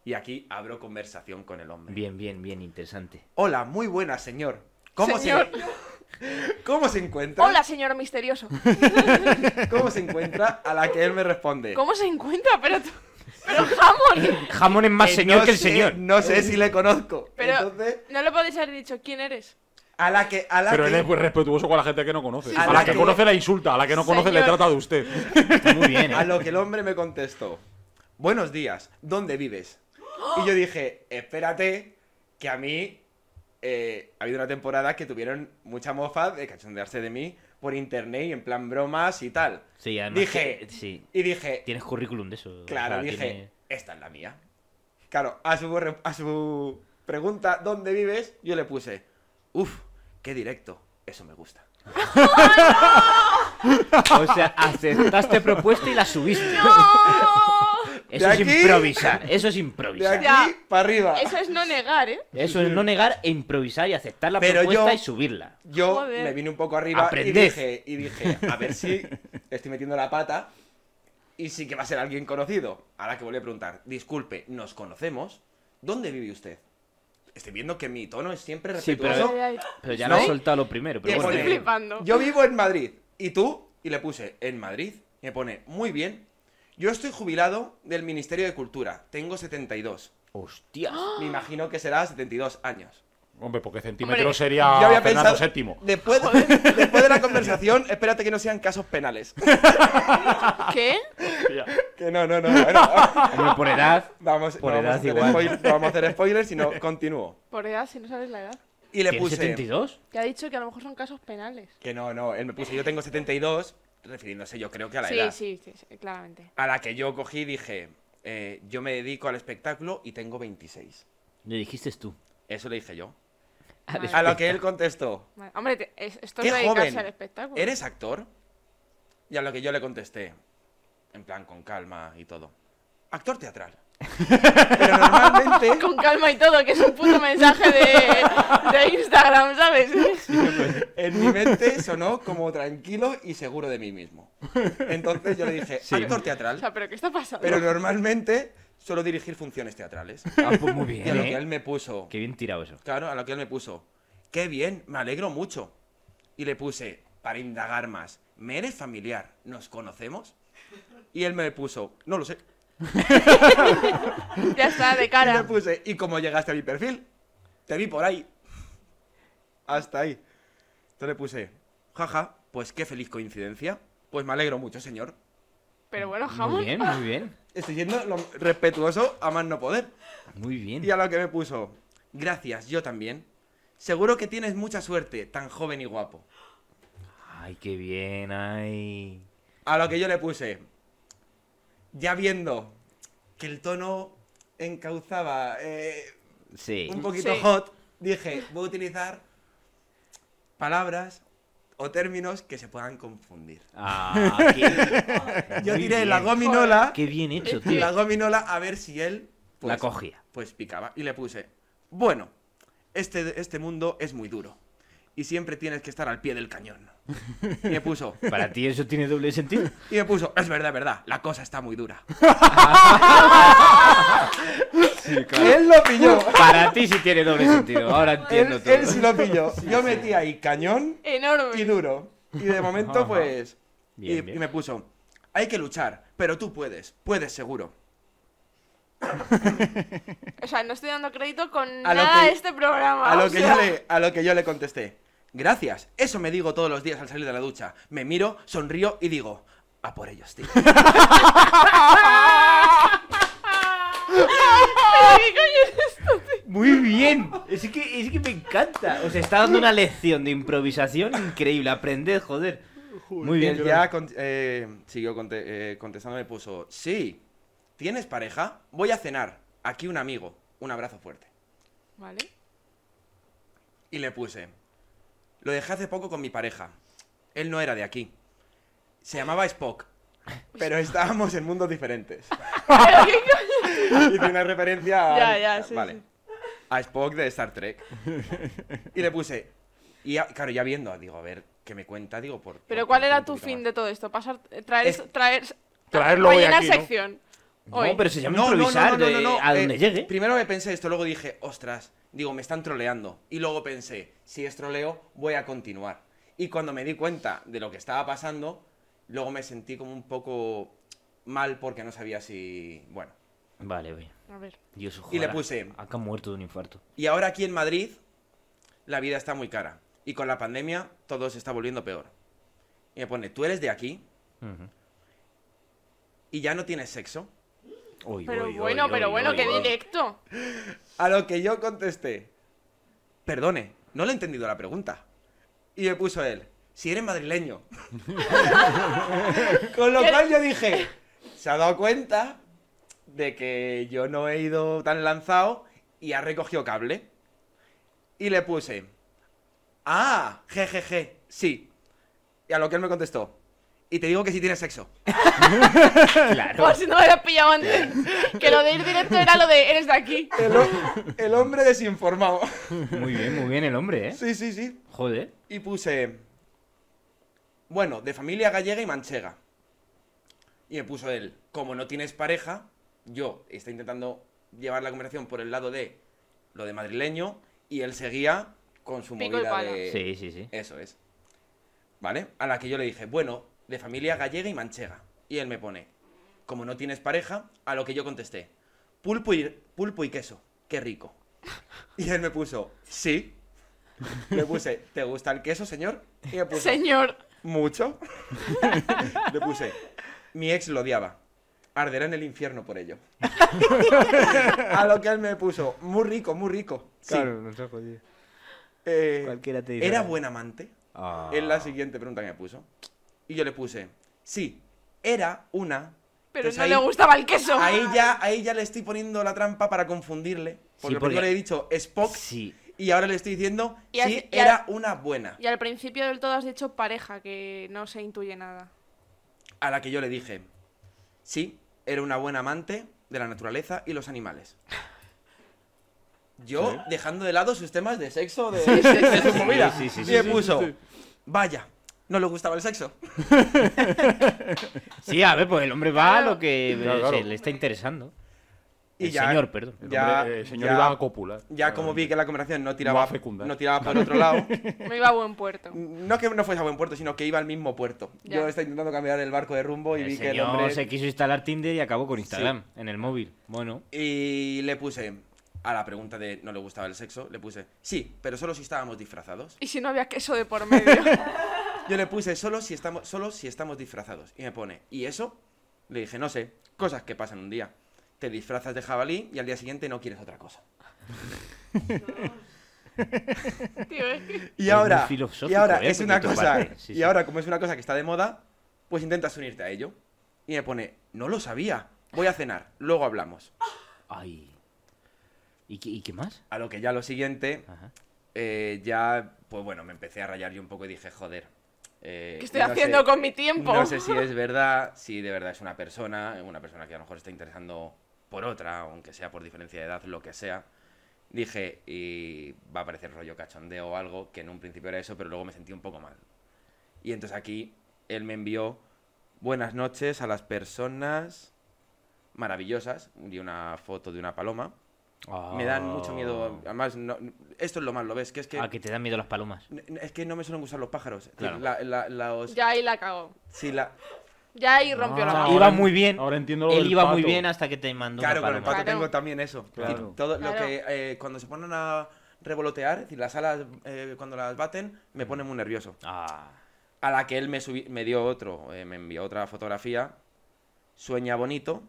Y aquí abro conversación con el hombre. Bien, bien, bien, interesante. Hola, muy buena, señor. ¿Cómo, Señor. Se... ¿Cómo se encuentra? Hola, señor misterioso. ¿Cómo se encuentra? A la que él me responde. ¿Cómo se encuentra? Pero, tú- pero jamón. Jamón es más "Eh, señor no que el sé- señor. No sé si le conozco. Pero Entonces, no le podéis haber dicho quién eres. a la que. A la Pero que... él es muy respetuoso con la gente que no conoce. Sí. a, la que, conoce la insulta, a la que no conoce le Señor. trata de usted. Está muy bien, A ¿eh? lo que el hombre me contestó, buenos días, ¿dónde vives? Y yo dije, espérate, que a mí eh, ha habido una temporada que tuvieron mucha mofa de cachondearse de mí por internet y en plan bromas y tal. Sí, además Dije- que- sí. Y dije, Tienes currículum de eso. o claro, sea, dije, tiene- esta es la mía. Claro, a su, re- a su pregunta, ¿dónde vives? Yo le puse, uff, qué directo, eso me gusta. O sea, aceptaste propuesta y la subiste. Eso De es aquí- improvisar. Eso es De improvisar. aquí Ya. para arriba. Eso es no negar, ¿eh? Eso es no negar e improvisar y aceptar la Pero propuesta yo- y subirla. Yo Joder. me vine un poco arriba y Aprended. dije, y dije, a ver si estoy metiendo la pata y sí que va a ser alguien conocido. Ahora que volví a preguntar, disculpe, ¿nos conocemos? ¿Dónde vive usted? Estoy viendo que mi tono es siempre Sí, respetuoso. Pero- Ay, ay, ay. Pero ya ¿No? lo has soltado lo primero. Y Pero me bueno, eh, estoy pone, flipando. Yo vivo en Madrid. ¿Y tú? Y le puse, en Madrid. Y me pone, muy bien. Yo estoy jubilado del Ministerio de Cultura. Tengo 72. hostias. Me imagino que será 72 años. Hombre, porque centímetro Hombre, sería Yo había Fernando pensado. VII. Después, después de la conversación, espérate que no sean casos penales. ¿Qué? Que no, no, no. Bueno, Hombre, por edad. vamos, Por no vamos a edad hacer igual. spoil- no vamos a hacer spoilers, sino continúo. Por edad, si no sabes la edad. Y le ¿Tienes puse. 72? Que ha dicho que a lo mejor son casos penales. Que no, no. Él me puso, yo tengo 72, refiriéndose yo creo que a la Sí, edad. sí, sí, sí, claramente. A la que yo cogí y dije, eh, yo me dedico al espectáculo y tengo 26. Le dijiste tú. Eso le dije yo. Vale. A lo que él contestó, Vale. Hombre, te- es- esto ¡qué es dedicarse joven! al espectáculo. ¿Eres actor? Y a lo que yo le contesté, en plan con calma y todo. Actor teatral. Pero normalmente... Con calma y todo, que es un puto mensaje de, de Instagram, ¿sabes? En mi mente sonó como tranquilo y seguro de mí mismo. Entonces yo le dije, actor O teatral, sea, ¿pero qué está pasando? pero normalmente suelo dirigir funciones teatrales. Ah, pues muy Y a bien. lo ¿eh? que él me puso, Qué bien tirado eso. claro, a lo que él me puso, qué bien, me alegro mucho. Y le puse, para indagar más, ¿me eres familiar? ¿Nos conocemos? Y él me puso, no lo sé. Ya está, de Y le cara. puse, ¿y cómo llegaste a mi perfil? Te vi por ahí. Hasta ahí. Entonces le puse, jaja, pues qué feliz coincidencia. Pues me alegro mucho, señor. Pero bueno, Muy jamón. bien, muy bien. Estoy siendo lo respetuoso a más no poder. Muy bien. Y a lo que me puso, gracias, yo también. Seguro que tienes mucha suerte, tan joven y guapo. Ay, qué bien, ay. A lo que yo le puse, ya viendo que el tono encauzaba eh, Sí. un poquito Sí. hot, dije, voy a utilizar palabras o términos que se puedan confundir. Ah, qué... Yo Muy tiré bien. la gominola, Qué bien hecho, tío. la gominola a ver si él pues, La cogía. Pues picaba y le puse, bueno, este, este mundo es muy duro y siempre tienes que estar al pie del cañón. Y me puso, Para ti eso tiene doble sentido. y me puso, es verdad, es verdad, la cosa está muy dura. Él lo pilló. Para ti sí tiene doble sentido. Ahora entiendo Él, todo. él sí lo pilló. Yo metí ahí cañón y Enorme. duro. Y de momento, Ajá. pues. Bien, y, bien. y me puso: hay que luchar, pero tú puedes, puedes seguro. O sea, no estoy dando crédito con A lo nada que- de este programa. A o lo, que sea. yo le, a lo que yo le contesté: gracias, eso me digo todos los días al salir de la ducha. Me miro, sonrío y digo: a por ellos, tío. Muy bien. Es que, es que me encanta. Os está dando una lección de improvisación increíble. Aprended, joder. Muy Y bien. él ya con- eh, siguió conte- eh, contestando, me puso: sí, ¿tienes pareja? Voy a cenar. Aquí un amigo. Un abrazo fuerte. Vale. Y le puse. Lo dejé hace poco con mi pareja. Él no era de aquí. Se llamaba Spock. Pero estábamos en mundos diferentes. Hice una referencia a. Ya, ya, sí, Vale. sí. A Spock de Star Trek. Y le puse. Y ya- claro, ya viendo, digo, a ver, ¿qué me cuenta? Digo, por. Pero por ¿cuál conocer era un tu poquito fin más. de todo esto? Pasar, traer, Es- traer, Traerlo hoy rellenar aquí, ¿no? sección. Hoy. No, pero se llama No, no, no, improvisar no, no, no, eh, no, a eh, donde llegue. Primero me pensé esto, luego dije, ostras, digo, me están troleando. Y luego pensé, si es troleo, voy a continuar. Y cuando me di cuenta de lo que estaba pasando, luego me sentí como un poco mal porque no sabía si. Bueno. Vale, oye. A ver. Dios, Y le ojalá. puse- Acá muerto de un infarto. Y ahora aquí en Madrid, la vida está muy cara. Y con la pandemia, todo se está volviendo peor. Y me pone, ¿tú eres de aquí? Ujú. Y ya no tienes sexo. Oy, Pero oy, bueno, oy, pero oy, bueno, oy, qué oy. directo. A lo que yo contesté, perdone, no le he entendido la pregunta. Y me puso él, si eres madrileño. Con lo cual yo dije, se ha dado cuenta de que yo no he ido tan lanzado y ha recogido cable. Y le puse, ah, jejeje, sí. Y a lo que él me contestó, y te digo que si tienes sexo. Por si no me habías pillado antes. Que lo de ir directo era lo de eres de aquí. El, ho- el hombre desinformado. Muy bien, muy bien el hombre, ¿eh? Sí, sí, sí. Joder. Y puse. Bueno, de familia gallega y manchega. Y me puso él. Como no tienes pareja, yo está intentando llevar la conversación por el lado de lo de madrileño. Y él seguía con su Pico y movida pala. de. Sí, sí, sí. Eso es. ¿Vale? A la que yo le dije, bueno, de familia gallega y manchega. Y él me pone, como no tienes pareja, a lo que yo contesté, pulpo y, pulpo y queso, qué rico. Y él me puso, sí. Le puse, ¿te gusta el queso, señor? Y me puso, Señor. mucho. Le puse, mi ex lo odiaba. Arderá en el infierno por ello. A lo que él me puso, muy rico, muy rico. Sí. nos ha jodido. Eh, Cualquiera te dice ¿Era algo. buen amante? Ah. Es la siguiente pregunta que me puso. Y yo le puse, sí, era una. Pero Entonces no ahí- le gustaba el queso. Ahí ya, ahí ya le estoy poniendo la trampa para confundirle. Porque, porque- primero le he dicho Spock Sí. y ahora le estoy diciendo, Y así- sí, y era ahora- una buena. Y al principio del todo has dicho pareja, que no se intuye nada. A la que yo le dije, sí, era una buena amante de la naturaleza y los animales. Yo dejando de lado sus temas de sexo, de, de sus movidas. sí, sí, sí, y le sí, sí, puso, vaya, no le gustaba el sexo. Sí, a ver, pues el hombre va a Claro. lo que eh, Claro, claro. se le está interesando. Y el ya- señor, perdón. El Ya, hombre, eh, señor ya. iba a copular. Ya como vi que la conversación no No tiraba, a fecundar. no tiraba por otro lado, Me iba a buen puerto. no que no fuese a buen puerto, sino que iba al mismo puerto. Ya. Yo estaba intentando cambiar el barco de rumbo y El vi que el señor hombre... se quiso instalar Tinder y acabó con Instagram en el móvil. Bueno, Y le puse, a la pregunta de no le gustaba el sexo, le puse, sí, pero solo si estábamos disfrazados. Y si no había queso de por medio. Yo le puse, solo si estamos, solo si estamos disfrazados. Y me pone, ¿y eso? Le dije, no sé, cosas que pasan un día. Te disfrazas de jabalí y al día siguiente no quieres otra cosa. Tío, ¿eh? es que- Y Es ahora, muy filosófico, y ahora ¿eh? es por una tu cosa, parte. Sí, y sí. ahora como es una cosa que está de moda, pues intentas unirte a ello. Y me pone, no lo sabía, voy a cenar, luego hablamos. Ay. ¿Y qué, y qué más? A lo que ya lo siguiente, Ajá. eh, ya, pues bueno, me empecé a rayar yo un poco y dije, joder. eh, ¿Qué estoy no haciendo sé- con mi tiempo? No sé si es verdad, si de verdad es una persona, una persona que a lo mejor está interesando por otra, aunque sea por diferencia de edad, lo que sea. Dije, y va a parecer rollo cachondeo o algo, que en un principio era eso, pero luego me sentí un poco mal. Y entonces aquí él me envió buenas noches a las personas maravillosas y una foto de una paloma. Me dan mucho miedo, además, no- esto es lo malo, ¿ves? Que es que, Ah, que te dan miedo las palomas. n- n- es que no me suelen gustar los pájaros. Es Claro. decir, la- la- los- Ya ahí la cagó. si la- Ya ahí rompió la Ah, mano. iba ahora- muy bien. Ahora entiendo lo Él del iba pato. muy bien hasta que te mandó Claro, una con el paloma. pato Claro. tengo también eso. Es decir, Claro. Todo lo Claro. que eh, cuando se ponen a revolotear, es decir, las alas eh, cuando las baten, Mm. me pone muy nervioso. Ah. A la que él me, subi- me dio otro, eh, me envió otra fotografía. Sueña bonito,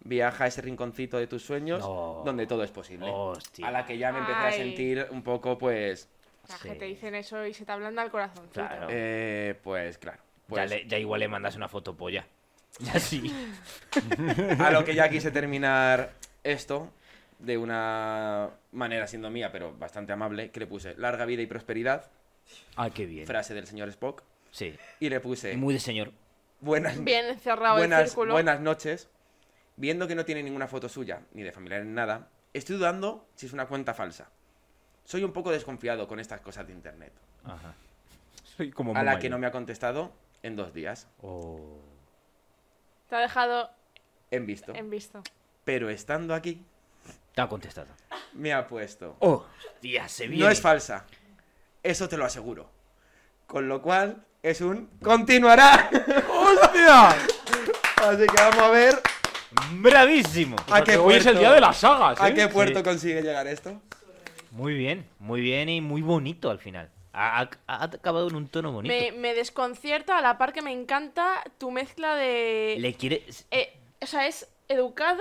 viaja a ese rinconcito de tus sueños No. donde todo es posible. Hostia. A la que ya me empecé a Ay. sentir un poco, pues, La Sí. gente dicen eso y se te ablanda el corazón. Claro. eh, pues claro. Ya, Pues, le- ya igual le mandas una foto polla. Ya sí. A lo que ya quise terminar esto. de una manera siendo mía, pero bastante amable, que le puse larga vida y prosperidad, Ah, qué bien. frase del señor Spock, Sí. y le puse Y muy de señor. buenas, Bien cerrado el buenas, círculo. buenas noches. Viendo que no tiene ninguna foto suya, ni de familiar ni nada, estoy dudando si es una cuenta falsa. Soy un poco desconfiado con estas cosas de internet. Ajá. Soy como A la que no me ha contestado en dos días. Oh. Te ha dejado En visto. en visto. Pero estando aquí, Te ha contestado. me ha puesto. Oh, tía, se viene. No es falsa. Eso te lo aseguro. Con lo cual, es un. ¡Continuará! Así que vamos a ver Bravísimo. a qué Hoy es el puerto- día de las sagas, a ¿eh? qué puerto consigue llegar esto. Muy bien, muy bien y muy bonito al final. Ha, ha- ha acabado en un tono bonito. Me, me desconcierta a la par que me encanta tu mezcla de. Le quiere. Eh, o sea, es educado,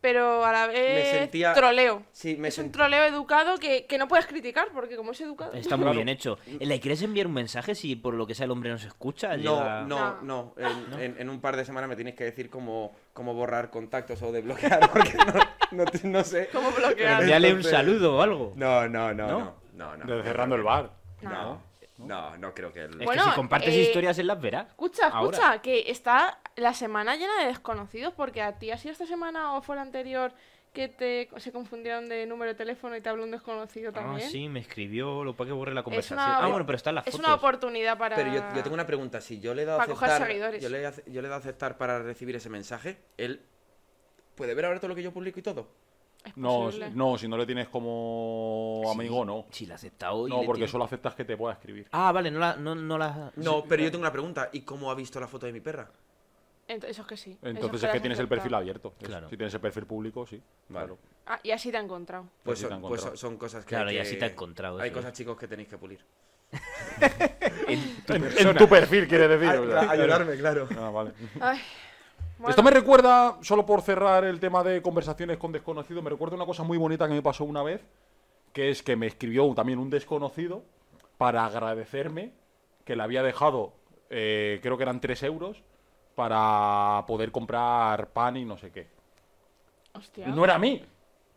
pero a la vez sentía- troleo. Sí, me es un sent- troleo educado que, que no puedes criticar, porque como es educado. Está muy bien hecho. ¿Le quieres enviar un mensaje si por lo que sea el hombre nos escucha? Llega- No, no, no. Ah. En, en- en un par de semanas me tienes que decir cómo, cómo borrar contactos o desbloquear, porque no, no, te- no sé. ¿Cómo bloquear? Envíale un Entonces- saludo o algo. No, no, no, ¿No? no. No, no. Desde cerrando el bar. No, no, no creo que. el- Es Bueno, que si compartes eh, historias, él las verá. Escucha, Ahora. escucha, que está la semana llena de desconocidos, porque a ti ha sido esta semana o fue la anterior que te se confundieron de número de teléfono y te habló un desconocido Ah, también. sí, me escribió, lo para que borre la conversación. una- Ah, bueno, pero están las Es fotos. una oportunidad para. Pero yo, yo tengo una pregunta. Si yo le he dado a Para coger aceptar. seguidores. Yo le, he ace- yo le he dado a aceptar para recibir ese mensaje, él. ¿Puede ver ahora todo lo que yo publico y todo? Es No, posible. no, si no le tienes como amigo, no. Si la acepta hoy. No, le porque tiene- solo aceptas que te pueda escribir. Ah, vale, no la. No, no la... No, pero yo tengo una pregunta. ¿Y cómo ha visto la foto de mi perra? Ent- eso es que sí. eso Entonces es lo que has tienes el aceptado. perfil abierto. Es- Claro. Si tienes el perfil público, sí. Vale. Claro. Ah, y así te ha encontrado. Pues, sí te son, ha pues encontrado. son- son cosas que. Claro, y que- así te ha encontrado, Hay eso cosas, es. chicos, que tenéis que pulir. En, en tu perfil, quieres decir. o sea. Ayudarme, claro. Ah, vale. Ay, Esto bueno, me recuerda, solo por cerrar el tema de conversaciones con desconocidos, me recuerda una cosa muy bonita que me pasó una vez, que es que me escribió un- también un desconocido para agradecerme que le había dejado, eh, creo que eran 3 euros, para poder comprar pan y no sé qué. hostia. Y no era a mí.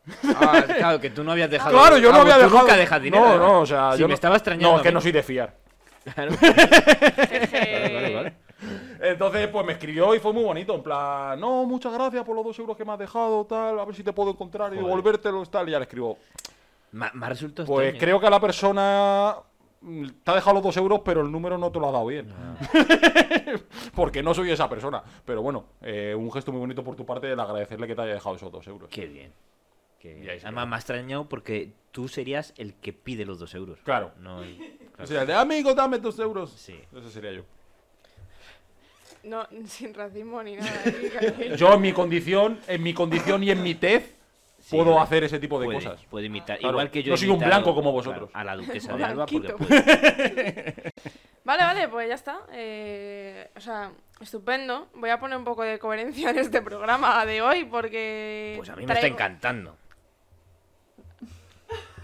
Ah, claro, que tú no habías dejado. Claro, yo Ah, no pues había tú dejado. Nunca dejas dinero. No, no, o sea, Si yo me no- estaba extrañando. No, a es que mí. no soy de fiar. Jeje. Entonces, pues me escribió y fue muy bonito. En plan, no, muchas gracias por los dos euros que me has dejado, tal. A ver si te puedo encontrar y Joder. devolvértelo, tal. Y ya le escribo. Ma- Me ha resultado Pues extraño. creo que a la persona mm, te ha dejado los dos euros, pero el número no te lo ha dado bien. Ah. Porque no soy esa persona. Pero bueno, eh, un gesto muy bonito por tu parte el agradecerle que te haya dejado esos dos euros. Qué bien. Qué bien. Y ahí se Además, queda. me ha extrañado porque tú serías el que pide los dos euros. Claro. No el- O sea, de amigo, dame dos euros. Sí. Ese sería yo. No, sin racismo ni nada. aquí, cariño. Yo en mi condición, en mi condición y en mi tez, Sí, puedo puede- hacer ese tipo de puede, cosas. Puede imitar. Claro, Igual que yo. no he soy un imitado, blanco como vosotros. claro, a la duquesa de Alba pues, porque Blanquito. puede. Vale, vale, pues ya está. Eh, o sea, estupendo. Voy a poner un poco de coherencia en este programa de hoy porque. Pues a mí me traigo- está encantando.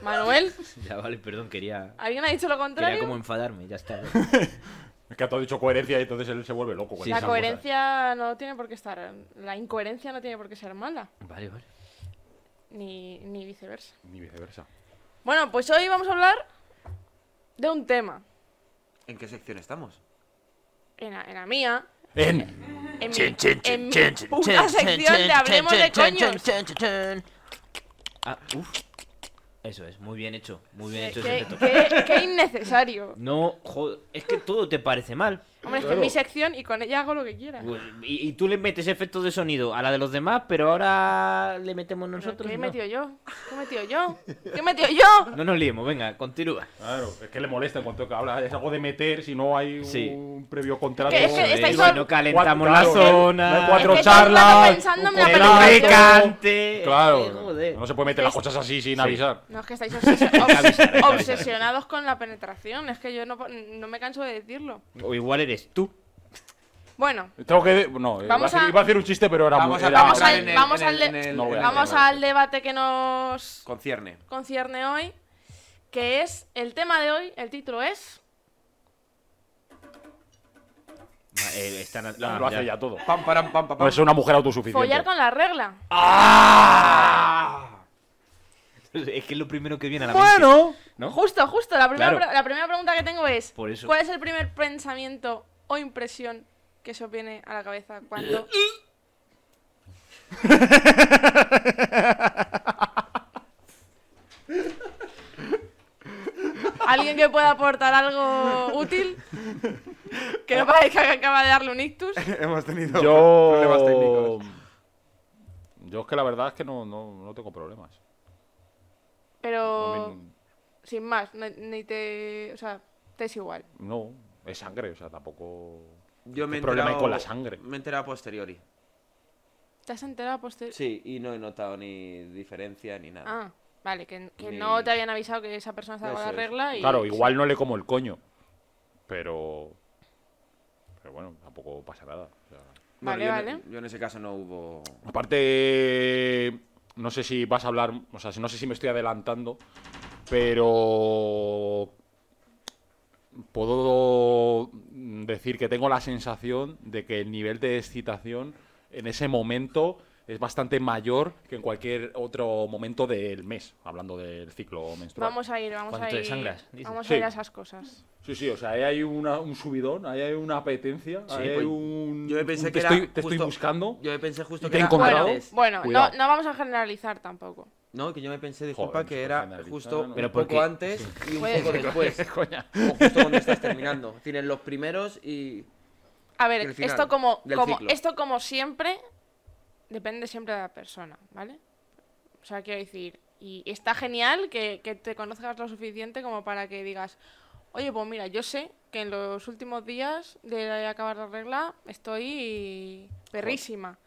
Manuel, Ya vale, perdón, quería. ¿alguien ha dicho lo Quería contrario? como enfadarme, ya está. Es que tú has dicho coherencia y entonces él se vuelve loco. con Sí, La esas sí. coherencia no tiene por qué estar. La incoherencia no tiene por qué ser mala, Vale, vale. ni, ni viceversa. cosas. Ni viceversa. Bueno, pues hoy vamos a hablar de un tema. ¿En qué sección estamos? En la, en la mía, En. en mi, en mi puta sección de hablemos de coños. Ah, uff. Eso es, muy bien hecho. Muy bien Eh, hecho ese Qué, efecto. qué- qué innecesario. No, joder, es que todo te parece mal. Hombre, es que es mi sección y con ella hago lo que quiera. Pues, Y, y tú le metes efectos de sonido a la de los demás, pero ahora le metemos Pero, nosotros. ¿Qué he no. metido yo? ¿Qué he metido yo? ¿Qué he metido yo? No nos liemos, venga, continúa. Claro, es que le molesta en cuanto que habla. Es algo de meter si no hay un Sí. previo contrato. Que es que Eh, estáis si son- no calentamos Cuatro- claro, la no hay zona. cuatro Es que todo el rato charlas. pensando en un la contrato. película. Que recante. Es que, Claro, joder. no se puede meter las cosas así sin avisar. No, es que estáis obses- obs- obsesionados con la penetración. Es que yo no, po- no me canso de decirlo. O igual eres tú. Bueno, Tengo que. No, eh, iba, a Vamos hacer, a- iba a hacer un chiste, pero era muy. era- vamos al- vamos al de- No voy a vamos tema. al debate que nos Concierne. concierne hoy, que es el tema de hoy, el título es... Ma- eh, están a- Ya, ah, lo hace ya. ya todo. Pues Pam, param, pam, pam, No pam. es una mujer autosuficiente. Follar con la regla. Ah. Es que es lo primero que viene a la mente. Bueno, ¿no? Justo, justo. La primera, Claro. pre- la primera pregunta que tengo es: Por eso. ¿Cuál es el primer pensamiento o impresión que se os viene a la cabeza cuando. ¿Alguien que pueda aportar algo útil? Que no parezca que acaba de darle un ictus. Hemos tenido problemas Yo. técnicos. Yo es que la verdad es que no, no, no tengo problemas. A Pero. mí Sin más, no- ni te. O sea, te es igual. no, es sangre, o sea, tampoco. Yo me ¿Qué he problema hay enterado- con la sangre? Me he enterado a posteriori. ¿Te has enterado posterior? Sí, y no he notado ni diferencia ni nada. Ah, vale, que, que Ni- no te habían avisado que esa persona estaba con la Eso es. regla y... Claro, igual no le como el coño. Pero. Pero bueno, tampoco pasa nada. o sea. Vale, yo, vale. en- e- yo en ese caso no hubo. Aparte, no sé si vas a hablar, o sea, no sé si me estoy adelantando, pero puedo decir que tengo la sensación de que el nivel de excitación en ese momento es bastante mayor que en cualquier otro momento del mes, hablando del ciclo menstrual. Vamos a ir, vamos Cuando a te ir... desangras, dices. Vamos Sí. a ir a esas cosas. Sí, sí, o sea, ahí hay una- un subidón, ahí hay una apetencia, ahí hay pues, un... Yo pensé un que Mm, te era estoy, te estoy justo- buscando. Yo pensé justo ¿Y que te he era encontrado? antes. Bueno, no, Cuidado. no vamos a generalizar tampoco. No, que yo me pensé, disculpa, Joder, que no era generalizar, justo ¿no? un Pero poco porque- antes y un Puede poco ser. después. Coña. o justo cuando estás terminando. Tienes los primeros y. A ver, Del final, esto como, del como ciclo. esto como siempre depende siempre de la persona, ¿vale? O sea, quiero decir, y está genial que, que te conozcas lo suficiente como para que digas, oye, pues mira, yo sé que en los últimos días de acabar la regla estoy perrísima.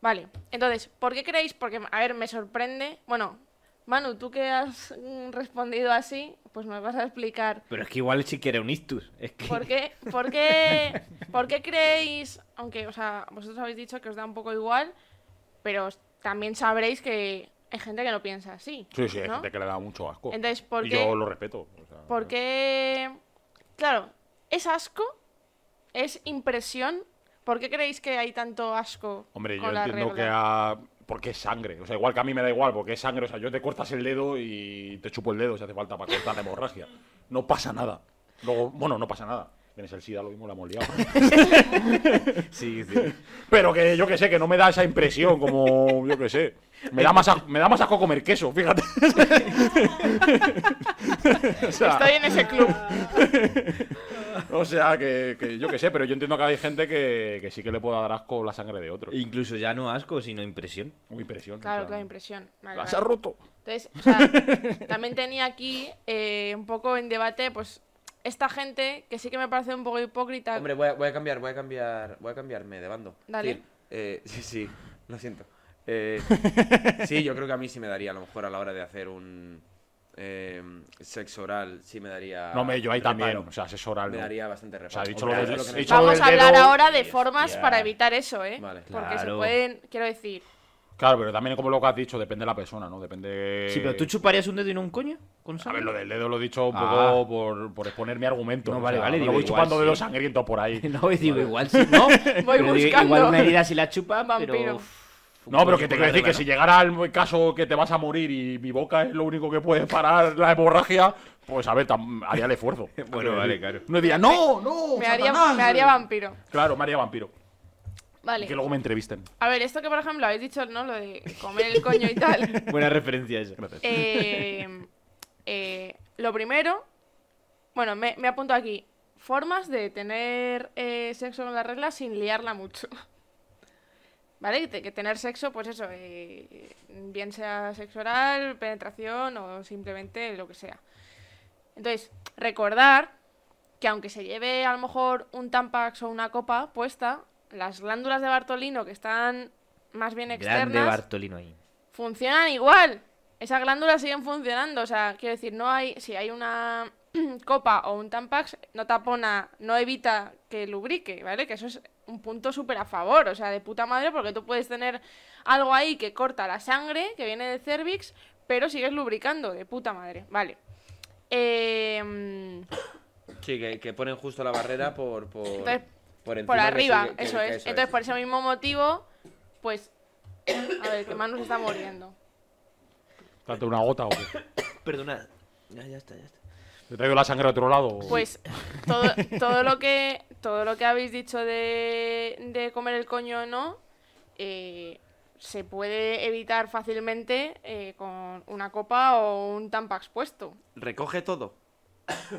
Vale, entonces, ¿por qué creéis? Porque, a ver, me sorprende. Bueno, Manu, tú que has mm, respondido así, pues me vas a explicar Pero es que igual sí que era un ictus. Es que... ¿Por qué, por, qué, ¿Por qué creéis, aunque, o sea, vosotros habéis dicho que os da un poco igual, pero os- también sabréis que hay gente que no piensa así. Sí, sí, hay ¿no? gente que le da mucho asco. Entonces, ¿por Y qué? yo lo respeto. o sea, Porque, claro, es asco, es impresión. ¿Por qué creéis que hay tanto asco? Hombre, yo con la entiendo que regla? a... Porque es sangre. O sea, igual que a mí me da igual, porque es sangre. O sea, yo te cortas el dedo y te chupo el dedo si hace falta para cortar la hemorragia. No pasa nada. Luego, bueno, no pasa nada. Tienes el SIDA, lo mismo la hemos liado. Sí, sí. Pero que yo que sé, que no me da esa impresión, como yo que sé. Me da más, asco- me da más asco comer queso, fíjate. O sea, Estoy en ese club. o sea, que, que yo que sé, pero yo entiendo que hay gente que, que sí que le puede dar asco la sangre de otro. Incluso ya no asco, sino impresión. Muy impresión. Claro, o sea, claro, impresión. Vale, Las vale. ha roto. Entonces, o sea, también tenía aquí eh, un poco en debate, pues, esta gente que sí que me parece un poco hipócrita. Hombre, voy a, voy a cambiar, voy a cambiar, voy a cambiarme de bando. Ah. Dale. Sí, eh, sí, sí, lo siento. Eh, sí, yo creo que a mí sí me daría, a lo mejor a la hora de hacer un eh, sexo oral, sí me daría. No, me, yo ahí también. reparo. O sea, asesoral. Me ¿no? daría bastante reparo. sea, he dicho Hombre, lo eso del- es he me- dicho- Vamos del a hablar dedo. ahora de formas Ya. para evitar eso, ¿eh? Vale. Porque se Claro. pueden, quiero decir, Claro, pero también como lo que has dicho, depende de la persona, ¿no? Depende. Sí, pero tú chuparías un dedo y no un coño con Eh. A ver, sangre. lo del dedo lo he dicho un poco Ah. por, por exponer mi argumento. No, o vale, sea, vale, no digo, voy igual chupando sí. dedos sangrientos por ahí. No, y digo, igual sí, ¿no? Pero digo, buscando. igual una herida si la chupa, Vampiro. pero... No, pero que te quiero decir que Claro. si llegara el caso que te vas a morir y mi boca es lo único que puede parar la hemorragia, pues a ver, tam- haría el esfuerzo. Bueno, vale, claro. No diría, no, no. me haría, Satanás". me haría vampiro. Claro, me haría vampiro. Y Vale. que luego me entrevisten. A ver, esto que por ejemplo habéis dicho, ¿no? Lo de comer el coño y tal. Buena referencia esa. Eh, eh, lo primero, bueno, me, me apunto aquí. Formas de tener eh, sexo con la regla sin liarla mucho. ¿Vale? Que, te- que tener sexo, pues eso, eh, bien sea sexo oral, penetración o simplemente lo que sea. Entonces, recordar que aunque se lleve a lo mejor un tampax o una copa puesta, las glándulas de Bartolino que están más bien externas Grande Bartolino ahí. funcionan igual. Esas glándulas siguen funcionando. O sea, quiero decir, no hay. Si hay una copa o un tampax, no tapona, no evita que lubrique, ¿vale? Que eso es un punto súper a favor. O sea, de puta madre, porque tú puedes tener algo ahí que corta la sangre, que viene del cervix, pero sigues lubricando, de puta madre. Vale. Eh, Sí, que, que ponen justo la barrera por. Por, Entonces, por encima por que arriba, sí, que- que- eso que es. Entonces, por ese mismo motivo, pues. A ver, que Manu se está muriendo. Date una gota o qué. Perdonad. Ya, ya está, ya está. ¿Te traigo la sangre a otro lado? o- Pues todo, todo lo que todo lo que habéis dicho de, de comer el coño o no eh, se puede evitar fácilmente eh, con una copa o un tampax puesto. Recoge todo.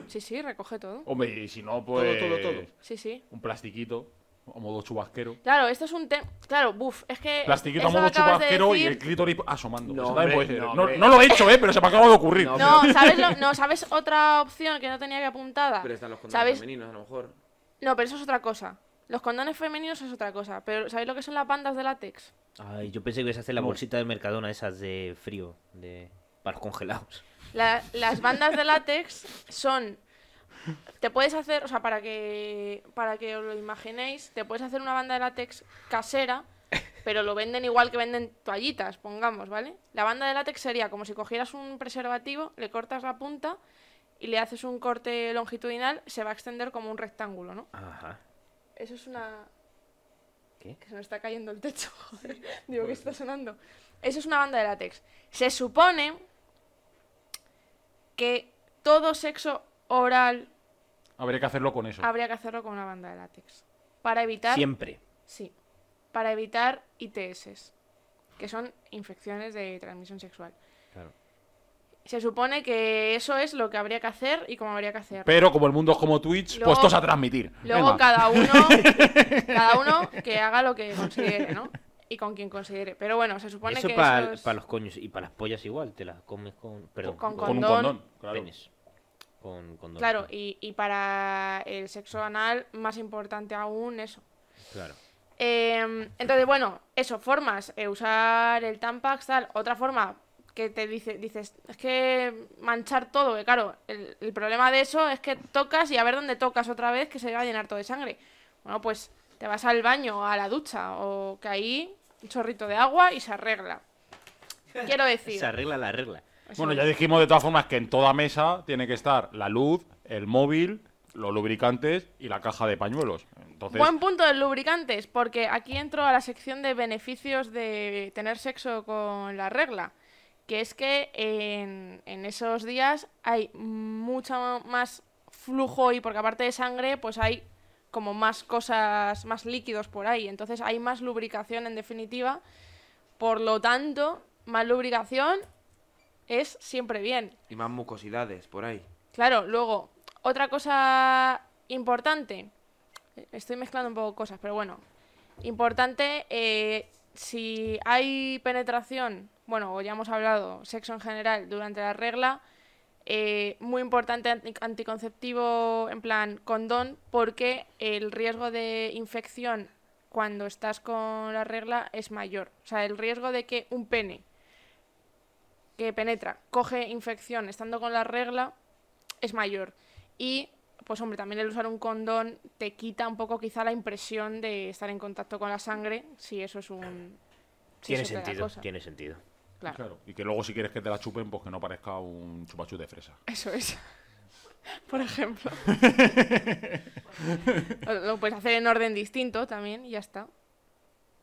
Sí, sí, recoge todo. Hombre, y si no, pues. todo, todo. Sí, sí. Un plastiquito, a modo chubasquero. Claro, esto es un tema. Claro, buf, es que. Plastiquito a eso modo que acabas de chubasquero y decir- el clítoris asomando. No, Eso también hombre, puede ser. no, No, hombre. no lo he hecho, ¿eh? Pero se me acaba de ocurrir. No, No, ¿sabes, lo- no, ¿sabes otra opción que no tenía que apuntada? Pero están los condones ¿Sabes? femeninos, a lo mejor. No, pero eso es otra cosa. Los condones femeninos es otra cosa. Pero ¿sabéis lo que son las bandas de látex? Ay, yo pensé que ibas a hacer la bolsita de Mercadona, esas de frío, de para los congelados. La- las bandas de látex son. Te puedes hacer, o sea, para que, para que os lo imaginéis, te puedes hacer una banda de látex casera, pero lo venden igual que venden toallitas, pongamos, ¿vale? La banda de látex sería como si cogieras un preservativo, le cortas la punta y le haces un corte longitudinal, se va a extender como un rectángulo, ¿no? Ajá. Eso es una. ¿Qué? Que se me está cayendo el techo. joder. Digo, ¿qué está sonando? Eso es una banda de látex. Se supone que todo sexo oral Habría que hacerlo con Ah. eso. habría que hacerlo con una banda de látex. Para evitar. Siempre. Sí. Para evitar ITS, que son infecciones de transmisión sexual. Claro. Se supone que eso es lo que habría que hacer y cómo habría que hacerlo. Pero como el mundo es como Twitch, Luego- puestos a transmitir. Luego Venga. cada uno, cada uno que haga lo que considere, ¿no? Y con quien considere. Pero bueno, se supone Eso que para eso es- los coños y para las pollas igual, te las comes con. Perdón, Con Con un condón. condón. claro. penes. Con condón. Claro, y, y para el sexo anal, más importante aún eso. Claro. Eh, entonces, bueno, eso, formas, eh, usar el Tampax, tal. Otra forma que te dice, dices, es que manchar todo, que claro, el, el problema de eso es que tocas y a ver dónde tocas otra vez que se va a llenar todo de sangre. Bueno, pues te vas al baño, a la ducha, o que ahí un chorrito de agua y se arregla. Quiero decir. Se arregla la regla. eso Bueno, es. ya dijimos de todas formas que en toda mesa tiene que estar la luz, el móvil, los lubricantes y la caja de pañuelos. Entonces, Buen punto de lubricantes, porque aquí entro a la sección de beneficios de tener sexo con la regla. Que es que en, en esos días hay mucho más flujo y porque aparte de sangre, pues hay como más cosas, más líquidos por ahí. Entonces hay más lubricación en definitiva. Por lo tanto, más lubricación es siempre bien. Y más mucosidades por ahí. Claro, luego, otra cosa importante. eh, Estoy mezclando un poco cosas, pero bueno. Importante, eh, si hay penetración, bueno, o ya hemos hablado, sexo en general durante la regla, eh, muy importante anti- anticonceptivo en plan condón, porque el riesgo de infección cuando estás con la regla es mayor. O sea, el riesgo de que un pene que penetra coge infección estando con la regla es mayor. Y, pues hombre, también el usar un condón te quita un poco quizá la impresión de estar en contacto con la sangre, si eso es un... si tiene eso te da sentido, cosa. tiene sentido. Claro, claro. Y que luego si quieres que te la chupen, pues que no parezca un chupachú de fresa. eso es. Por ejemplo. Lo- Lo puedes hacer en orden distinto también y ya está.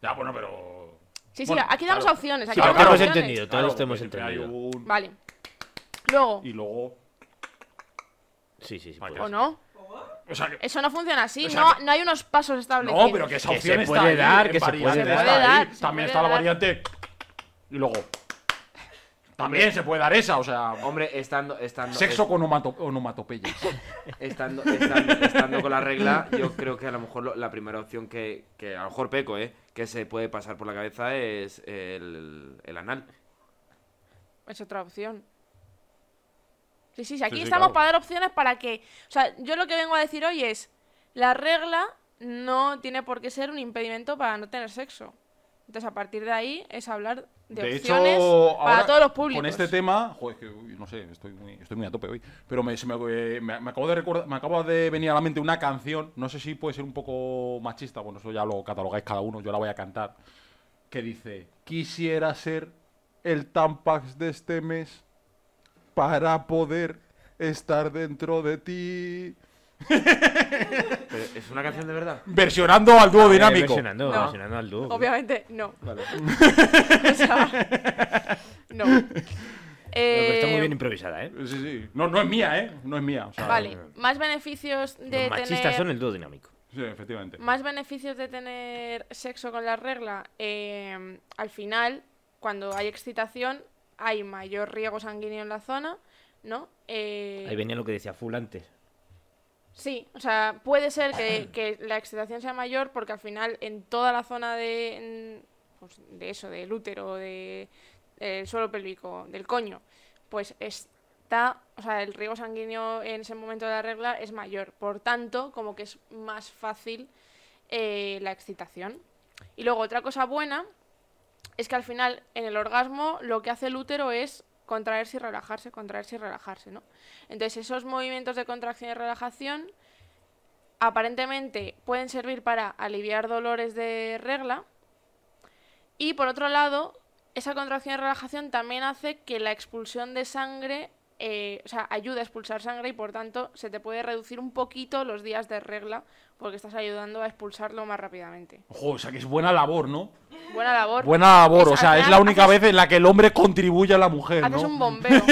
Ya, bueno, pero... Sí, sí, Bueno, aquí damos claro. opciones. Aquí Sí, pero damos que hemos opciones. entendido, todo Claro, esto hemos porque siempre hay entendido. un- Vale. Luego, Y luego... Sí, sí, sí. Vale, puedo. ¿o no? O sea, que- Eso no funciona así, O sea, no, que- no hay unos pasos establecidos. No, pero que esa Que opción se está puede ahí, dar, en que se puede variante dar. está Se puede ahí. dar, se También puede está la dar. variante... Y luego... También se puede dar esa, o sea... Hombre, estando, estando, Sexo con omato- onomatopeyas. estando, estando, estando con la regla, yo creo que a lo mejor lo- la primera opción que, que a lo mejor peco, ¿eh? Que se puede pasar por la cabeza es el, el anal. Es otra opción. Sí, sí, sí, aquí sí, estamos claro. para dar opciones para que... O sea, yo lo que vengo a decir hoy es, la regla no tiene por qué ser un impedimento para no tener sexo. Entonces, a partir de ahí es hablar de, De opciones hecho, para ahora, todos los públicos. Con este tema, joder, que, uy, no sé, estoy muy, estoy muy a tope hoy. Pero me, se me, eh, me- me acabo de recordar, me acaba de venir a la mente una canción. No sé si puede ser un poco machista. Bueno, eso ya lo catalogáis cada uno. Yo la voy a cantar. Que dice: Quisiera ser el Tampax de este mes para poder estar dentro de ti. Pero es una canción de verdad. Versionando al dúo dinámico. Versionando, No. versionando al dúo. Obviamente, no. O sea, no. Pero que está muy Eh, bien improvisada, ¿eh? Sí, sí. No, no es mía, ¿eh? No es mía. o sea, Vale, más beneficios de Los machistas tener... son el dúo dinámico. Sí, efectivamente. Más beneficios de tener sexo con la regla. eh, al final, cuando hay excitación, hay mayor riego sanguíneo en la zona, ¿no? Eh, Ahí venía lo que decía Full antes. Sí, o sea, puede ser que, que la excitación sea mayor porque al final en toda la zona de, en- pues, de eso, del útero, de, del suelo pélvico, del coño, pues está, o sea, el riego sanguíneo en ese momento de la regla es mayor. Por tanto, como que es más fácil eh, la excitación. Y luego otra cosa buena es que al final en el orgasmo lo que hace el útero es contraerse y relajarse, contraerse y relajarse, ¿no? Entonces, esos movimientos de contracción y relajación aparentemente pueden servir para aliviar dolores de regla. Y por otro lado, esa contracción y relajación también hace que la expulsión de sangre, eh, o sea, ayuda a expulsar sangre y por tanto se te puede reducir un poquito los días de regla porque estás ayudando a expulsarlo más rápidamente. Ojo, o sea que es buena labor, ¿no? Buena labor. Buena labor, Es- o sea, al es la final única haces- vez en la que el hombre contribuye a la mujer, Haces ¿no? un bombeo.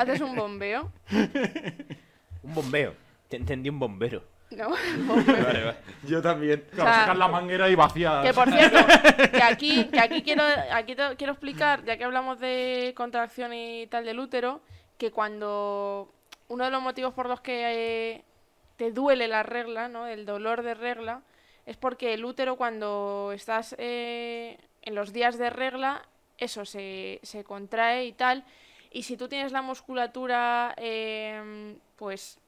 Haces un bombeo. Un bombeo. Te entendí un bombero. No, bombeo. Yo también. Claro, o sea, sacas la manguera y vacías. Que por cierto, que aquí, que aquí, quiero, aquí te- quiero explicar, ya que hablamos de contracción y tal del útero, que cuando uno de los motivos por los que eh, te duele la regla, ¿no? El dolor de regla, es porque el útero cuando estás eh, en los días de regla, eso se, se contrae y tal. Y si tú tienes la musculatura, eh, pues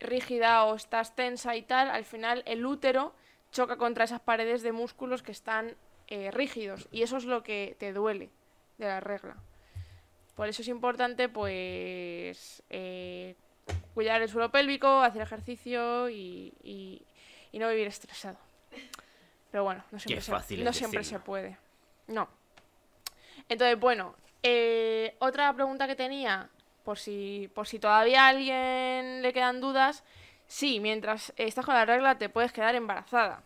rígida o estás tensa y tal, al final el útero choca contra esas paredes de músculos que están eh, rígidos y eso es lo que te duele de la regla. Por eso es importante pues eh, cuidar el suelo pélvico, hacer ejercicio y, y- y no vivir estresado. Pero bueno, no siempre, se- fácil es no siempre decirlo. se puede. No. Entonces, bueno, eh, otra pregunta que tenía, por si, por si todavía a alguien le quedan dudas, sí, mientras estás con la regla te puedes quedar embarazada.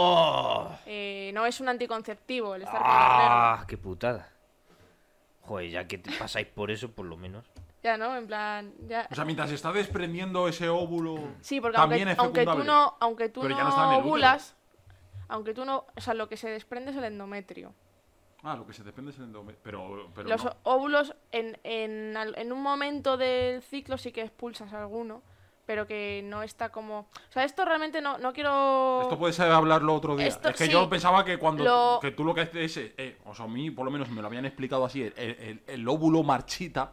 Oh. Eh, no es un anticonceptivo el estar con la regla. ¡Ah! ¡Qué putada! Joder, ya que te pasáis por eso, por lo menos. Ya, ¿no? En plan, ya. O sea, mientras está desprendiendo ese óvulo. Sí, porque también aunque, es aunque tú fecundable. no, aunque tú Pero no, ya no está en el útero. ovulas, aunque tú no, o sea, lo que se desprende es el endometrio. Ah, lo que se desprende es el endometrio. Pero, pero Los no. óvulos en, en, al- en un momento del ciclo sí que expulsas alguno, pero que no está como... O sea, esto realmente no, no quiero... Esto puedes hablarlo otro día. Esto- es que sí. yo pensaba que cuando Lo- que tú lo que haces es, eh, o sea, a mí por lo menos me lo habían explicado así, el, el- el óvulo marchita,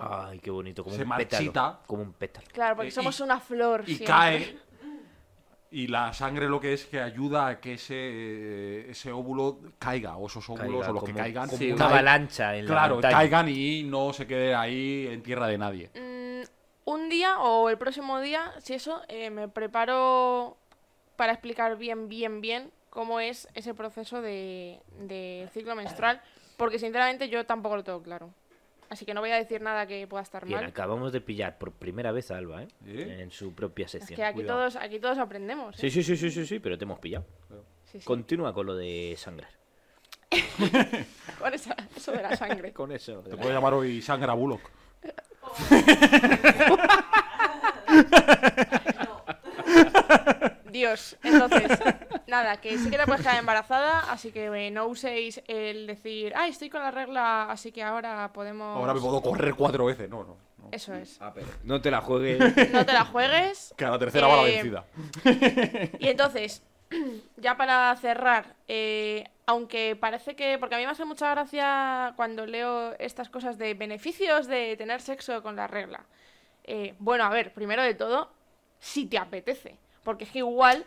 ¡Ay, qué bonito! Como Se un pétalo. marchita. Como un pétalo. Claro, porque Eh, somos y- una flor. y siempre. cae. Y la sangre lo que es que ayuda a que ese, ese óvulo caiga, o esos óvulos, Caiga o los que como- caigan. como caen- una avalancha en la Claro, montaña. caigan y no se quede ahí en tierra de nadie. Mm, un día o el próximo día, si eso, eh, me preparo para explicar bien, bien, bien cómo es ese proceso de, de ciclo menstrual, porque sinceramente yo tampoco lo tengo claro. Así que no voy a decir nada que pueda estar Bien, mal. acabamos de pillar por primera vez a Alba, ¿eh? ¿Eh? En su propia Es sección. que aquí cuidado. todos, aquí todos aprendemos. ¿eh? Sí, sí, sí, sí, sí, sí, pero te hemos pillado. Sí, sí. Continúa con lo de sangrar. Con esa- eso de la sangre. Con eso. Te puedo llamar hoy Sangra Bullock. Dios, entonces, nada, que sí que te puedes quedar embarazada, así que eh, no uséis el decir, ay, estoy con la regla, así que ahora podemos... Ahora me puedo correr cuatro veces. No, no. no. Eso es. Ah, No te la juegues. No te la juegues. Que a la tercera va la Eh, vencida. Y entonces, ya para cerrar, eh, aunque parece que. Porque a mí me hace mucha gracia cuando leo estas cosas de beneficios de tener sexo con la regla. Eh, bueno, a ver, primero de todo, si te apetece. Porque es que igual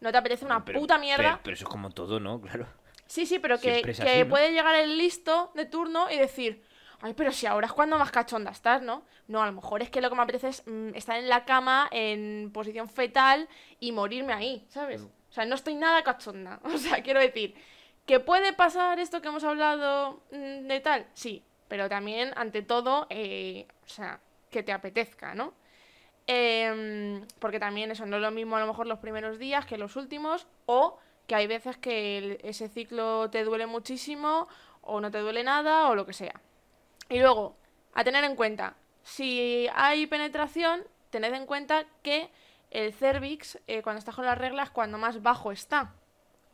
no te apetece una Pero- puta mierda. Pero, pero eso es como todo, ¿no? Claro. Sí, sí, pero que, Siempre es que así, ¿no? puede llegar el listo de turno y decir, ay, pero si ahora es cuando más cachonda estás, ¿no? No, a lo mejor es que lo que me apetece es mm, estar en la cama en posición fetal y morirme ahí, ¿sabes? O sea, no estoy nada cachonda. O sea, quiero decir, ¿que puede pasar esto que hemos hablado mm, de tal? Sí, pero también, ante todo, eh, o sea, que te apetezca, ¿no? Em, porque también eso no es lo mismo a lo mejor los primeros días que los últimos o que hay veces que el- ese ciclo te duele muchísimo o no te duele nada o lo que sea. Y luego, a tener en cuenta, si hay penetración, tened en cuenta que el cervix, eh, cuando estás con las reglas, cuando más bajo está.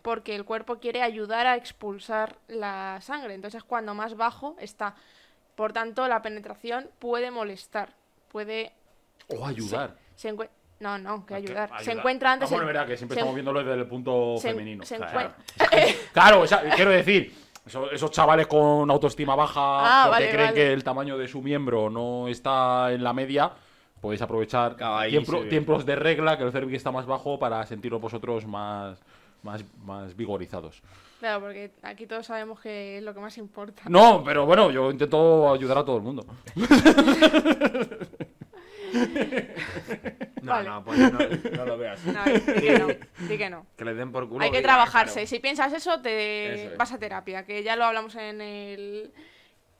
Porque el cuerpo quiere ayudar a expulsar la sangre. Entonces, cuando más bajo está. Por tanto, la penetración puede molestar. Puede. O ayudar. Se encue- no, no, que Ah, que- ayudar. Se encuentra antes. Ah, bueno, en- verdad, que siempre se- estamos viéndolo desde el punto se- femenino. se o sea, encuent- Claro, o sea, quiero decir, eso- esos chavales con autoestima baja Ah, porque vale, creen vale. que el tamaño de su miembro no está en la media, podéis aprovechar Claro, ahí tiempo- se ve. tiempos de regla, que el cervix está más bajo, para sentiros vosotros más, más, más vigorizados. Claro, porque aquí todos sabemos que es lo que más importa. No, pero bueno, yo intento ayudar a todo el mundo. No, Vale. no, pues no, no lo veas. No, di que no, di que no. Que le den por culo. Hay que diga, trabajarse. claro. Si piensas eso, te Eso es. vas a terapia, que ya lo hablamos en el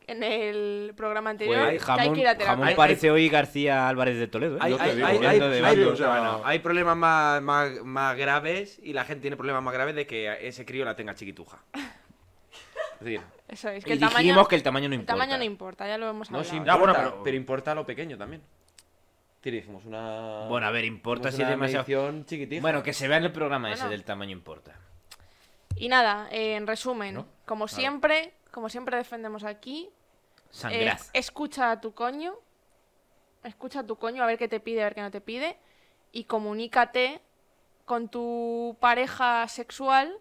en el programa anterior. Pues, que hay jamón, que ir a terapia. jamón Hay- parece hoy García Álvarez de Toledo. ¿eh? Yo Hay, te hay- digo, hay- ¿eh? hay- Hablando de hay- bandos, o sea, bueno. hay problemas más, más- más graves y la gente tiene problemas más graves de que ese crío la tenga chiquituja. Es decir, Eso es, que y el dijimos tamaño, que el tamaño no el importa. tamaño no importa, ya lo hemos no, hablado. sí Ya, importa, bueno, pero- pero... importa lo pequeño también. Tiene, dijimos una. Bueno, a ver, importa hicimos si es una demasiado. medición chiquitija. Bueno, que se vea en el programa ese Bueno. del tamaño importa. Y nada, eh, en resumen, ¿No? como siempre, como siempre defendemos aquí, eh, Sangrad. escucha a tu coño, escucha a tu coño a ver qué te pide, a ver qué no te pide, y comunícate con tu pareja sexual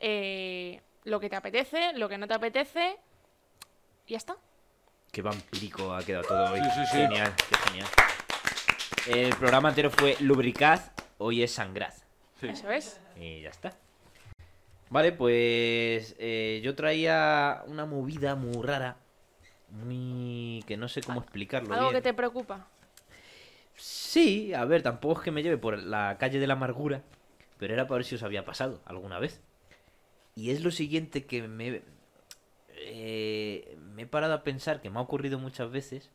eh, lo que te apetece, lo que no te apetece, y ya está. Qué vampírico ha quedado todo hoy. Sí, sí, sí. Genial, qué genial. El programa entero fue Lubricad, hoy es Sangrad. Eso es. Y ya está. Vale, pues eh, yo traía una movida muy rara. Muy... que no sé cómo explicarlo. Algo que bien. te preocupa. Sí, a ver, tampoco es que me lleve por la calle de la amargura, pero era para ver si os había pasado alguna vez. Y es lo siguiente que me, eh, me he parado a pensar que me ha ocurrido muchas veces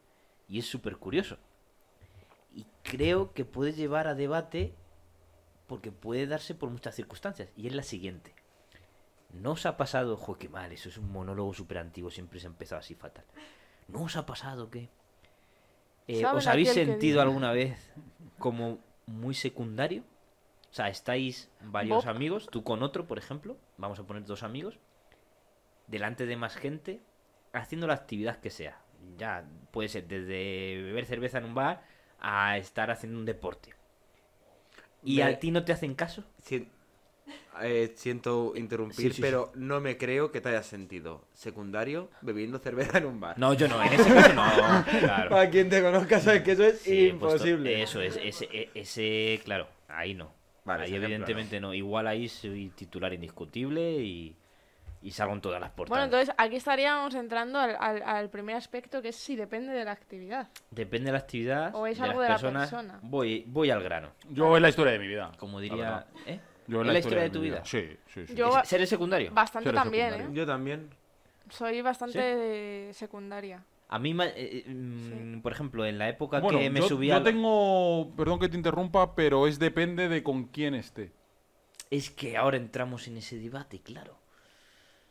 y es súper curioso. Y creo que puede llevar a debate porque puede darse por muchas circunstancias. Y es la siguiente. ¿No os ha pasado, jo, qué mal, eso es un monólogo súper antiguo, siempre se ha empezado así fatal. ¿No os ha pasado que... eh, Sabe ¿Os la habéis piel que sentido dice. alguna vez como muy secundario? O sea, estáis varios Bob. amigos, tú con otro, por ejemplo, vamos a poner dos amigos, delante de más gente, haciendo la actividad que sea. Ya puede ser desde beber cerveza en un bar a estar haciendo un deporte. ¿Y Me- a ti no te hacen caso? Si- eh, siento interrumpir, Sí, sí, sí. pero no me creo que te hayas sentido secundario bebiendo cerveza en un bar. No, yo no, en ese caso no, claro. Para quien te conozca, sabes que eso es Sí, he puesto- imposible. eso es, ese, e- ese, claro, ahí no. Vale, ahí ese ejemplo evidentemente no. Igual ahí soy titular indiscutible y, y salgo en todas las Bueno, portadas. entonces aquí estaríamos entrando al, al- al primer aspecto que es si depende de la actividad. Depende de la actividad O es de las algo de la personas. persona. Voy, voy al grano, Yo es la historia de mi vida. como la diría... verdad. ¿eh? Yo ¿Es en la historia de mi tu vida? Sí, sí, sí. Yo ¿Es- va- ¿Ser el secundario? bastante Ser también, secundario. ¿eh? Yo también. Soy bastante de secundaria. A mí, ma- eh, eh, mm, por ejemplo, en la época Bueno, que me yo, subía... yo tengo. Perdón que te interrumpa, pero es depende de con quién esté. Es que ahora entramos en ese debate, claro.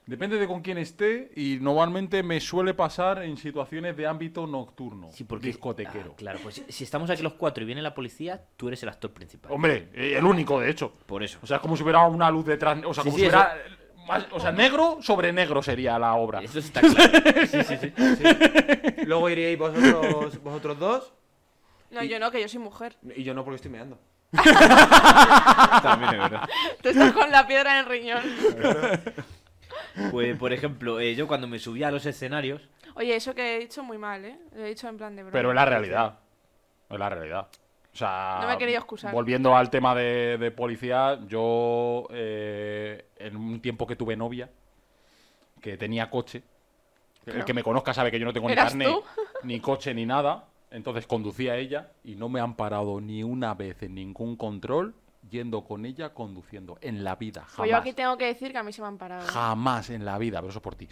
Depende de con quién esté y normalmente me suele pasar en situaciones de ámbito nocturno, Sí, porque... discotequero. Ah, claro, pues si- si estamos aquí los cuatro y viene la policía, tú eres el actor principal. Hombre, eh, el único de hecho. Por eso. O sea, es como si hubiera una luz detrás, o sea, Sí, como sí, si hubiera más- o sea, negro sobre negro sería la obra. Eso está claro. Sí, sí, sí. Luego iríais vosotros, vosotros dos No, Y- yo no, que yo soy mujer. y yo no porque estoy meando. También es verdad. Tú estás con la piedra en el riñón. Pues, por ejemplo, eh, yo cuando me subía a los escenarios, Oye, eso que he dicho muy mal, ¿eh? Lo he dicho en plan de broma. Pero es la realidad. Es la realidad. O sea, No me he querido excusar. Volviendo al tema de, de policía, yo eh, en un tiempo que tuve novia, que tenía coche, el Pero- que me conozca sabe que yo no tengo ni ¿Eras carne, tú? ni coche, ni nada. Entonces conducía ella y no me han parado ni una vez en ningún control yendo con ella conduciendo. En la vida, jamás. Pues yo aquí tengo que decir que a mí se me han parado. ¿eh? Jamás en la vida, pero eso es por ti.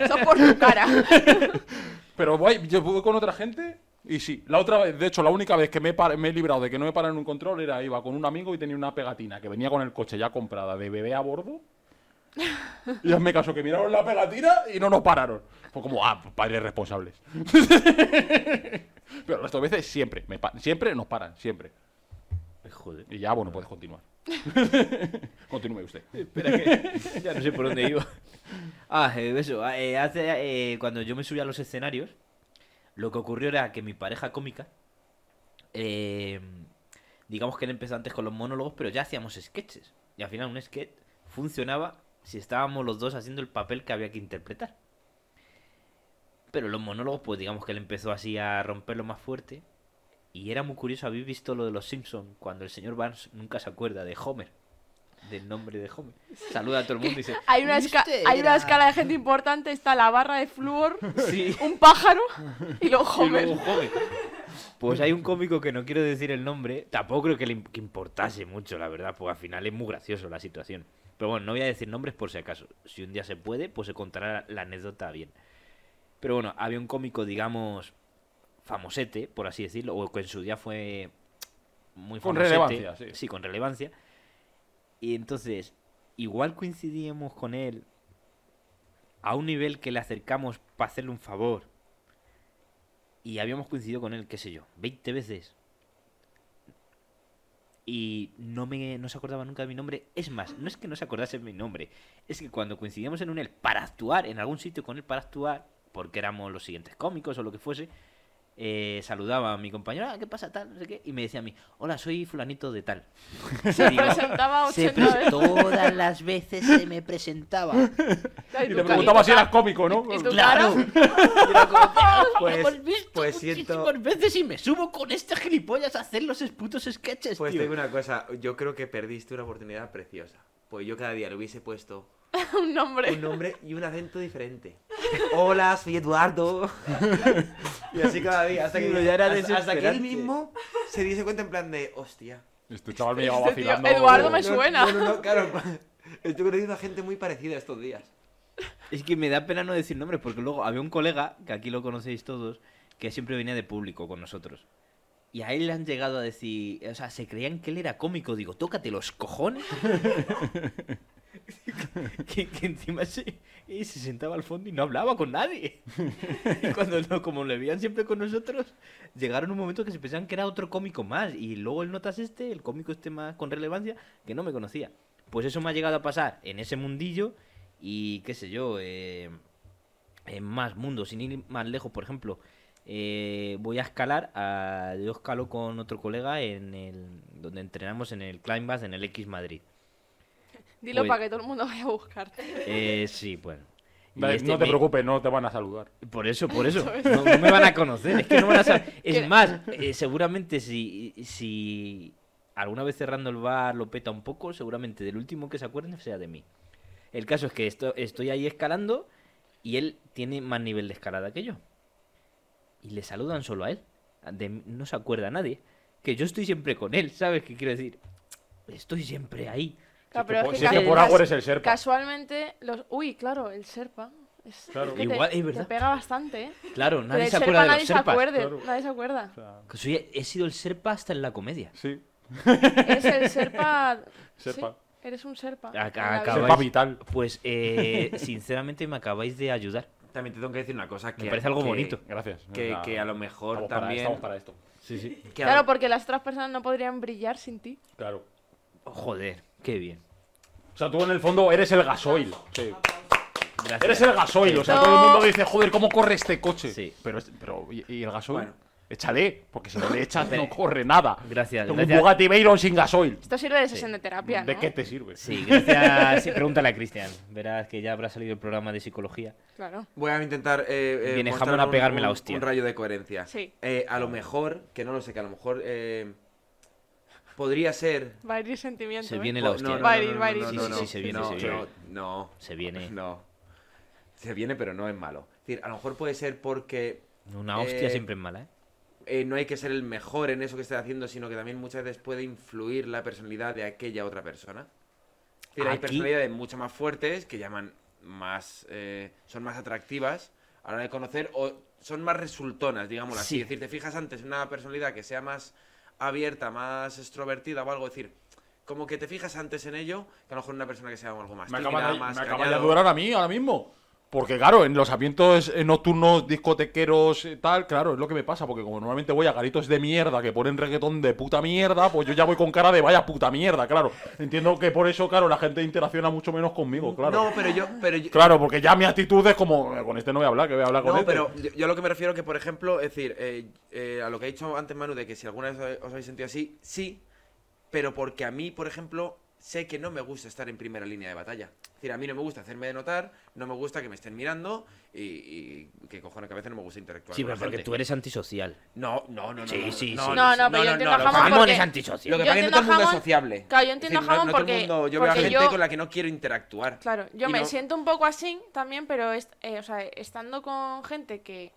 Eso por tu cara. Pero voy, yo voy con otra gente y sí. La otra vez, de hecho, la única vez que me he, par- me he librado de que no me paran en un control era iba con un amigo y tenía una pegatina que venía con el coche ya comprada de bebé a bordo. Y hazme caso, que miraron la pegatina y no nos pararon. Fue como, ah, padres responsables. Pero el resto de veces siempre, me pa- siempre nos paran, siempre. Joder. Y ya, bueno, puedes continuar. Continúe usted. Espera que ya no sé por dónde iba. Ah, eh, eso. ah, eh, hace, eh, cuando yo me subí a los escenarios, lo que ocurrió era que mi pareja cómica, eh, digamos que él empezó antes con los monólogos, pero ya hacíamos sketches. Y al final un sketch funcionaba si estábamos los dos haciendo el papel que había que interpretar. Pero los monólogos, pues digamos que él empezó así a romperlo más fuerte. Y era muy curioso, habéis visto lo de los Simpsons, cuando el señor Barnes nunca se acuerda de Homer, del nombre de Homer. Saluda a todo el mundo y dice... Hay una, esca- "Usted hay una era-". escala de gente importante, está la barra de flúor, Sí. un pájaro y luego Y Homer. luego Homer. Pues hay un cómico que no quiero decir el nombre, tampoco creo que le im- que importase mucho, la verdad, porque al final es muy gracioso la situación. Pero bueno, no voy a decir nombres por si acaso. Si un día se puede, pues se contará la anécdota bien. Pero bueno, había un cómico, digamos, famosete, por así decirlo, o que en su día fue muy Con famosete. relevancia, sí. Sí, con relevancia. Y entonces, igual coincidíamos con él a un nivel que le acercamos para hacerle un favor. Y habíamos coincidido con él, qué sé yo, 20 veces. Y no, me, no se acordaba nunca de mi nombre. Es más, no es que no se acordase de mi nombre. Es que cuando coincidíamos en un él para actuar, en algún sitio con él para actuar, porque éramos los siguientes cómicos o lo que fuese, eh, saludaba a mi compañero, "Ah, ¿qué pasa tal? No sé qué. Y me decía a mí, hola, soy fulanito de tal. Se Digo, presentaba se 80 pre- veces. todas las veces se me presentaba. Ay, Y tu le carita preguntaba si tal. eras cómico, ¿no? Y tú- Claro. Pues, pues siento, Muchísimas veces y me subo con este gilipollas a hacer los putos sketches, pues tío. te digo una cosa, yo creo que perdiste una oportunidad preciosa. Pues yo cada día le hubiese puesto un nombre. un nombre y un acento diferente. Hola, soy Eduardo. Y así cada día, hasta que, Tío, ya era hasta, hasta que él desesperante. mismo se diese cuenta en plan de, hostia. Este chaval me llevaba Este tío, vacilando. Eduardo me No, suena. No, no, no, claro. Estoy conociendo a gente muy parecida estos días. Es que me da pena no decir nombres porque luego había un colega, que aquí lo conocéis todos, que siempre venía de público con nosotros. Y a él le han llegado a decir, o sea, se creían que él era cómico. Digo, tócate los cojones. que, que encima se, y se sentaba al fondo y no hablaba con nadie. y cuando no, como le veían siempre con nosotros, llegaron un momento que se pensaban que era otro cómico más. Y luego el notas este, el cómico este más con relevancia, que no me conocía. Pues eso me ha llegado a pasar en ese mundillo y qué sé yo, eh, en más mundos, sin ir más lejos, por ejemplo. eh, voy a escalar, a, yo escalo con otro colega en el, donde entrenamos en el Climbas en el X Madrid. Dilo Oye. para que todo el mundo vaya a buscarte. Eh, sí, bueno. Y Dale, este no te me- preocupes, no te van a saludar. Por eso, por eso. No, no me van a conocer. Es que no van a saber. Es Que- más, eh, seguramente si, si alguna vez cerrando el bar lo peta un poco, seguramente del último que se acuerden sea de mí. El caso es que esto, estoy ahí escalando y él tiene más nivel de escalada que yo. Y le saludan solo a él. De mí no se acuerda nadie. Que yo estoy siempre con él, ¿sabes qué quiero decir? Estoy siempre ahí. Claro, Si es que por- si pues es pero es que que ca- por algo cas- eres el serpa. Casualmente, los. Uy, claro, el Serpa. Es, Claro. es que te- Igual, es te verdad. pega bastante, ¿eh? Claro, Que nadie del se Serpa acuerda de los nadie se serpas. acuerde, claro. nadie se acuerda. O sea, Que soy- he sido el serpa hasta en la comedia. sí, Es el Serpa. sí, Serpa. eres un Serpa. Acá- En la acabáis- vida. Serpa vital. Pues eh, sinceramente me acabáis de ayudar. También te tengo que decir una cosa que... Me parece algo que- bonito. Gracias. Que, Nada. que a lo mejor Estamos para- también... estamos para esto. Sí, sí. que a lo- Claro, porque las otras personas no podrían brillar sin ti. Claro. Joder, qué bien. O sea, tú en el fondo eres el gasoil. Sí. Gracias. Eres el gasoil. O sea, todo el mundo dice, joder, ¿cómo corre este coche? Sí. Pero, es- pero ¿y, y el gasoil? Bueno. Échale, porque si no le echas no corre nada. Gracias, Tengo gracias. un Bugatti Veyron sin gasoil. Esto sirve de sesión de terapia, ¿no? ¿De qué te sirve? Sí, gracias. Sí, pregúntale a Cristian. Verás que ya habrá salido el programa de psicología. Claro. Voy a intentar. Eh, eh, Viene mostrar jamón a un- pegarme la un- hostia. Un rayo de coherencia. Sí. Eh, a lo mejor, que no lo sé, que a lo mejor. eh, podría ser. Va a ir sentimiento. Se ¿eh? viene la po- hostia. Va a ir, va a ir. Pues no, Sí, no, sí, no, sí, se viene, no, se viene. No, no, Se viene no. Se viene, pero no es malo. Es decir, a lo mejor puede ser porque una hostia Eh, siempre es mala, ¿eh? eh, no hay que ser el mejor en eso que estés haciendo, sino que también muchas veces puede influir la personalidad de aquella otra persona. Es decir, hay Aquí- personalidades mucho más fuertes que llaman más. eh, son más atractivas a la hora de conocer o son más resultonas, digámoslo así. Sí. Es decir, te fijas antes en una personalidad que sea más abierta, más extrovertida o algo, es decir, como que te fijas antes en ello que a lo mejor una persona que sea algo más Me tímida, acabas de, más me acabas de callado. adorar a mí ahora mismo. Porque claro, en los ambientos eh, nocturnos, discotequeros y tal, claro, es lo que me pasa, porque como normalmente voy a garitos de mierda que ponen reggaetón de puta mierda, pues yo ya voy con cara de vaya puta mierda, claro. Entiendo que por eso, claro, la gente interacciona mucho menos conmigo, claro. No, pero yo, pero yo- Claro, porque ya mi actitud es como, "Eh, con este no voy a hablar, que voy a hablar con No, este. pero yo, yo a lo que me refiero que, por ejemplo, es decir, eh, eh, a lo que ha dicho antes Manu, de que si alguna vez os habéis sentido así, sí, pero porque a mí, por ejemplo, sé que no me gusta estar en primera línea de batalla. Es decir, a mí no me gusta hacerme de notar, no me gusta que me estén mirando y, y que cojones que a veces no me gusta interactuar Sí, con la pero porque gente. tú eres antisocial. No, no, no, no. Sí, no, sí, no, sí. No, no, pero yo entiendo a lo que- Jamón Jamón porque- es Lo antisocial. que Yo pasa es que no entiendo todo el mundo es jamón- sociable. Claro, yo Es entiendo no- no jamón todo el porque- mundo- yo veo a porque gente yo- con la que no quiero interactuar. Claro, yo Y me no- siento un poco así también, pero est- eh, o sea, estando con gente que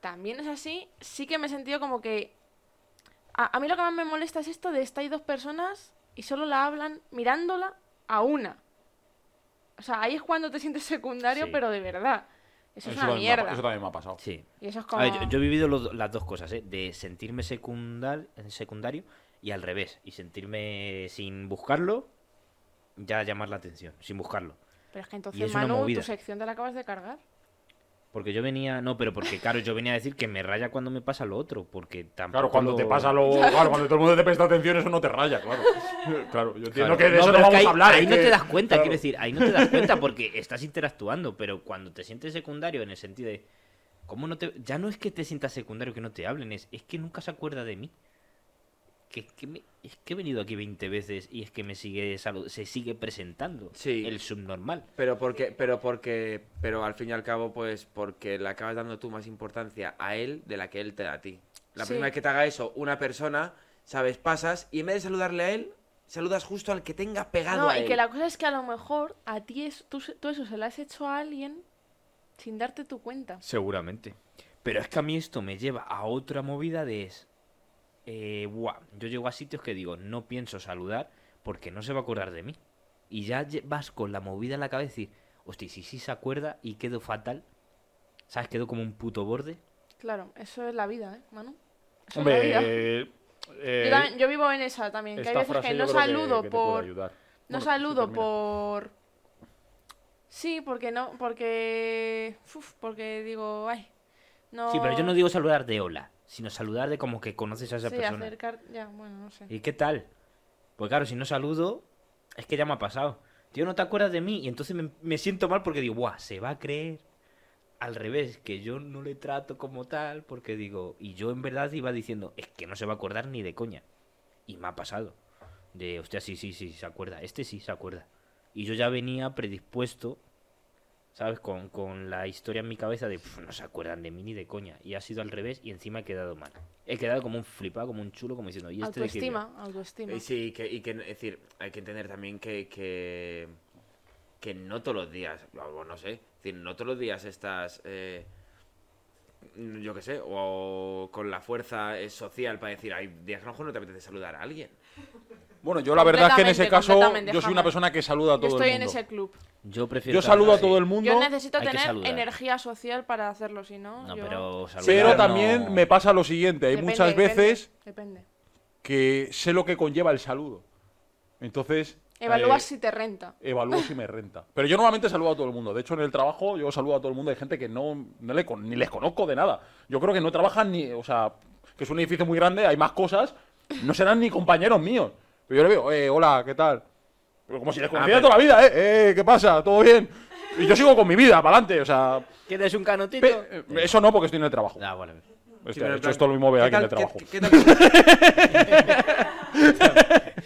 también es así, sí que me he sentido como que... A, a mí lo que más me molesta es esto de estar hay dos personas y solo la hablan mirándola a una. O sea, ahí es cuando te sientes secundario, Sí. pero de verdad. Eso, es una también me ha- mierda. eso también me ha pasado. Sí. Y eso es como... A ver, yo, yo he vivido los do- las dos cosas, ¿eh? De sentirme secundar, secundario y al revés. Y sentirme sin buscarlo, ya llamar la atención, sin buscarlo. Pero es que y entonces, es una Manu, tu movida. sección te la acabas de cargar. Porque yo venía, no, pero porque, claro, yo venía a decir que me raya cuando me pasa lo otro, porque tampoco. Claro, cuando te pasa lo. Claro, cuando todo el mundo te presta atención, eso no te raya, claro. Claro, yo entiendo Claro. que de eso pero no es vamos ahí, a hablar. Ahí es no que- te das cuenta, claro. quiero decir, ahí no te das cuenta porque estás interactuando, pero cuando te sientes secundario en el sentido de. ¿Cómo no te.? Ya no es que te sientas secundario que no te hablen, es, es que nunca se acuerda de mí. Que, que me- es que he venido aquí 20 veces y es que me sigue salu- se sigue presentando Sí. el subnormal. Pero porque, pero porque, pero al fin y al cabo, pues porque le acabas dando tú más importancia a él de la que él te da a ti. La Sí. primera vez que te haga eso una persona, sabes, pasas y en vez de saludarle a él, saludas justo al que tenga pegado No, a y él. que la cosa es que a lo mejor a ti es, tú, se- tú eso se lo has hecho a alguien sin darte tu cuenta. Seguramente. Pero es que a mí esto me lleva a otra movida de es. eh, buah, yo llego a sitios que digo, no pienso saludar porque no se va a acordar de mí. Y ya lle- vas con la movida en la cabeza y decir, hostia, ¿y si sí se acuerda y quedo fatal, ¿sabes? Quedo como un puto borde. Claro, eso es la vida, ¿eh, Manu? Eso Hombre, es la vida. eh, eh, yo, también- yo vivo en esa también, que hay esta veces frase que yo no creo que- saludo que te puede por... ayudar. No Bueno, sí, saludo termina. por... Sí, porque no, porque... Uf, porque digo, ay, no... Sí, pero yo no digo saludar de hola, sino saludar de como que conoces a esa Oh. Sí, persona. acercar... Ya, bueno, no sé. ¿Y qué tal? Pues claro, si no saludo, es que ya me ha pasado. Tío, no te acuerdas de mí. Y entonces me, me siento mal porque digo, ¡buah! Se va a creer. Al revés, que yo no le trato como tal, porque digo, y yo en verdad iba diciendo, es que no se va a acordar ni de coña. Y me ha pasado. De, hostia, sí, sí, sí, se acuerda. Este sí se acuerda. Y yo ya venía predispuesto, ¿sabes? Con, con la historia en mi cabeza de, "Pf, no se acuerdan de mí ni de coña. Y ha sido al revés y encima he quedado mal. He quedado como un flipado, como un chulo, como diciendo, ¿y este de qué viene?". Autoestima, autoestima. Y sí, que, y que, es decir, hay que entender también que, que, que no todos los días, o no sé, es decir, no todos los días estás, eh, yo qué sé, o con la fuerza eh, social para decir, hay días que a lo mejor no te apetece saludar a alguien. Bueno, yo la verdad es que en ese Completamente, caso, completamente, yo soy una jamás. persona que saluda a Yo todo estoy el en mundo. ese club. Yo prefiero. Yo saludo a tratar todo de- el mundo. Yo necesito hay que tener saludar. energía social para hacerlo, si no. No, yo- pero saludar Pero no- también me pasa lo siguiente, hay Depende, muchas depende, veces Depende. que sé lo que conlleva el saludo. Entonces, Evalúas eh, si te renta. evalúo si me renta. Pero yo normalmente saludo a todo el mundo. De hecho, en el trabajo yo saludo a todo el mundo. Hay gente que no, no le con- ni les conozco de nada. Yo creo que no trabajan ni, o sea, que es un edificio muy grande, hay más cosas. No serán ni compañeros míos. Pero yo le veo, eh, hola, ¿qué tal? Pero como si les conociera toda la vida, ¿eh? Eh, ¿Qué pasa? ¿Todo bien? Y yo sigo con mi vida, para adelante. O sea, ¿Quieres un canotito? pe- eh, eso no porque estoy en el trabajo. Ah, vale. Hostia, Sí, pero de en hecho, plan, esto lo mismo veo aquí ¿qué en el tal- qué- trabajo. qué- qué tal-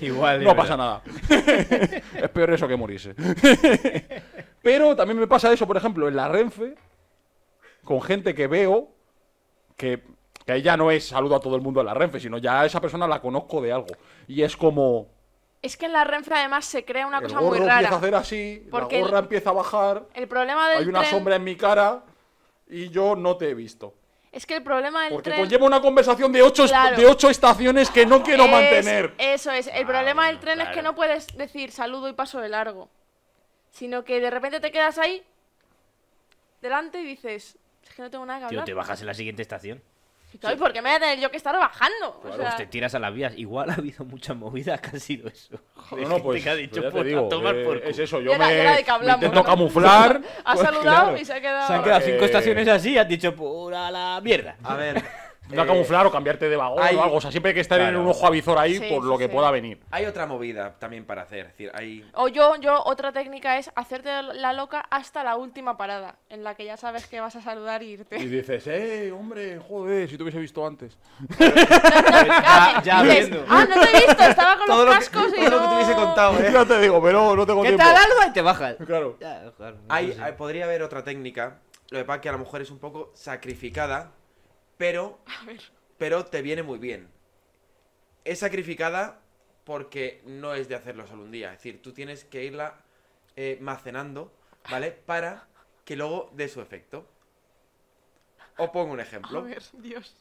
Igual. No pasa nada. es peor eso que morirse. Pero también me pasa eso, por ejemplo, en la Renfe, con gente que veo, que, que ahí ya no es saludo a todo el mundo en la Renfe, sino ya a esa persona la conozco de algo. Y es como. Es que en la Renfe además se crea una el cosa gorro muy empieza a rara. hacer así, Porque la gorra el- empieza a bajar, El problema del hay una tren sombra en mi cara y yo no te he visto. es que el problema del Porque tren conlleva una conversación de ocho, Claro. Ah, de ocho estaciones que no quiero es- mantener. Eso es. El problema del bueno, tren es que claro. no puedes decir saludo y paso de largo, sino que de repente te quedas ahí delante y dices es que no tengo nada que Tío, hablar. te bajas en la siguiente estación. Claro, ¿y por qué me voy a tener yo que estar bajando? O sea, Pues te tiras a las vías. Igual ha habido muchas movidas que han sido eso. No, De no, gente pues, que ha pues dicho, ya te "Pues, a digo, tomar eh, por culo". es eso, yo Ya era- me, ya era de que me hablamos, intento ¿no? camuflar. ha pues, saludado claro, y se ha quedado. Se han quedado cinco Eh, estaciones así y has dicho, pura la mierda. A ver. intento eh, camuflar o cambiarte de vagón hay- o algo. O sea, siempre hay que estar en Claro. un ojo avizor ahí Sí, por sí, lo que sí. pueda venir. Hay otra movida también para hacer. Es decir, hay. O yo, yo, otra técnica es hacerte la loca hasta la última parada, en la que ya sabes que vas a saludar e Y irte. dices, eh, hombre, joder, si te hubiese visto antes. Ya, ya viendo. Ah, no te he visto, estaba con Todo lo los que- cascos y todo lo que te no- hubiese contado, eh. Ya te digo, pero no tengo ¿Qué tiempo. tal, Alba? Y te bajas. Claro. Ya, claro, no Hay, sé si- hay- podría haber otra técnica. Lo que pasa es que a lo mejor es un poco sacrificada, pero. Pero te viene muy bien. Es sacrificada porque no es de hacerlo solo un día. Es decir, tú tienes que irla eh, macenando, ¿vale? Para que luego dé su efecto. Os pongo un A ejemplo. ver, Dios.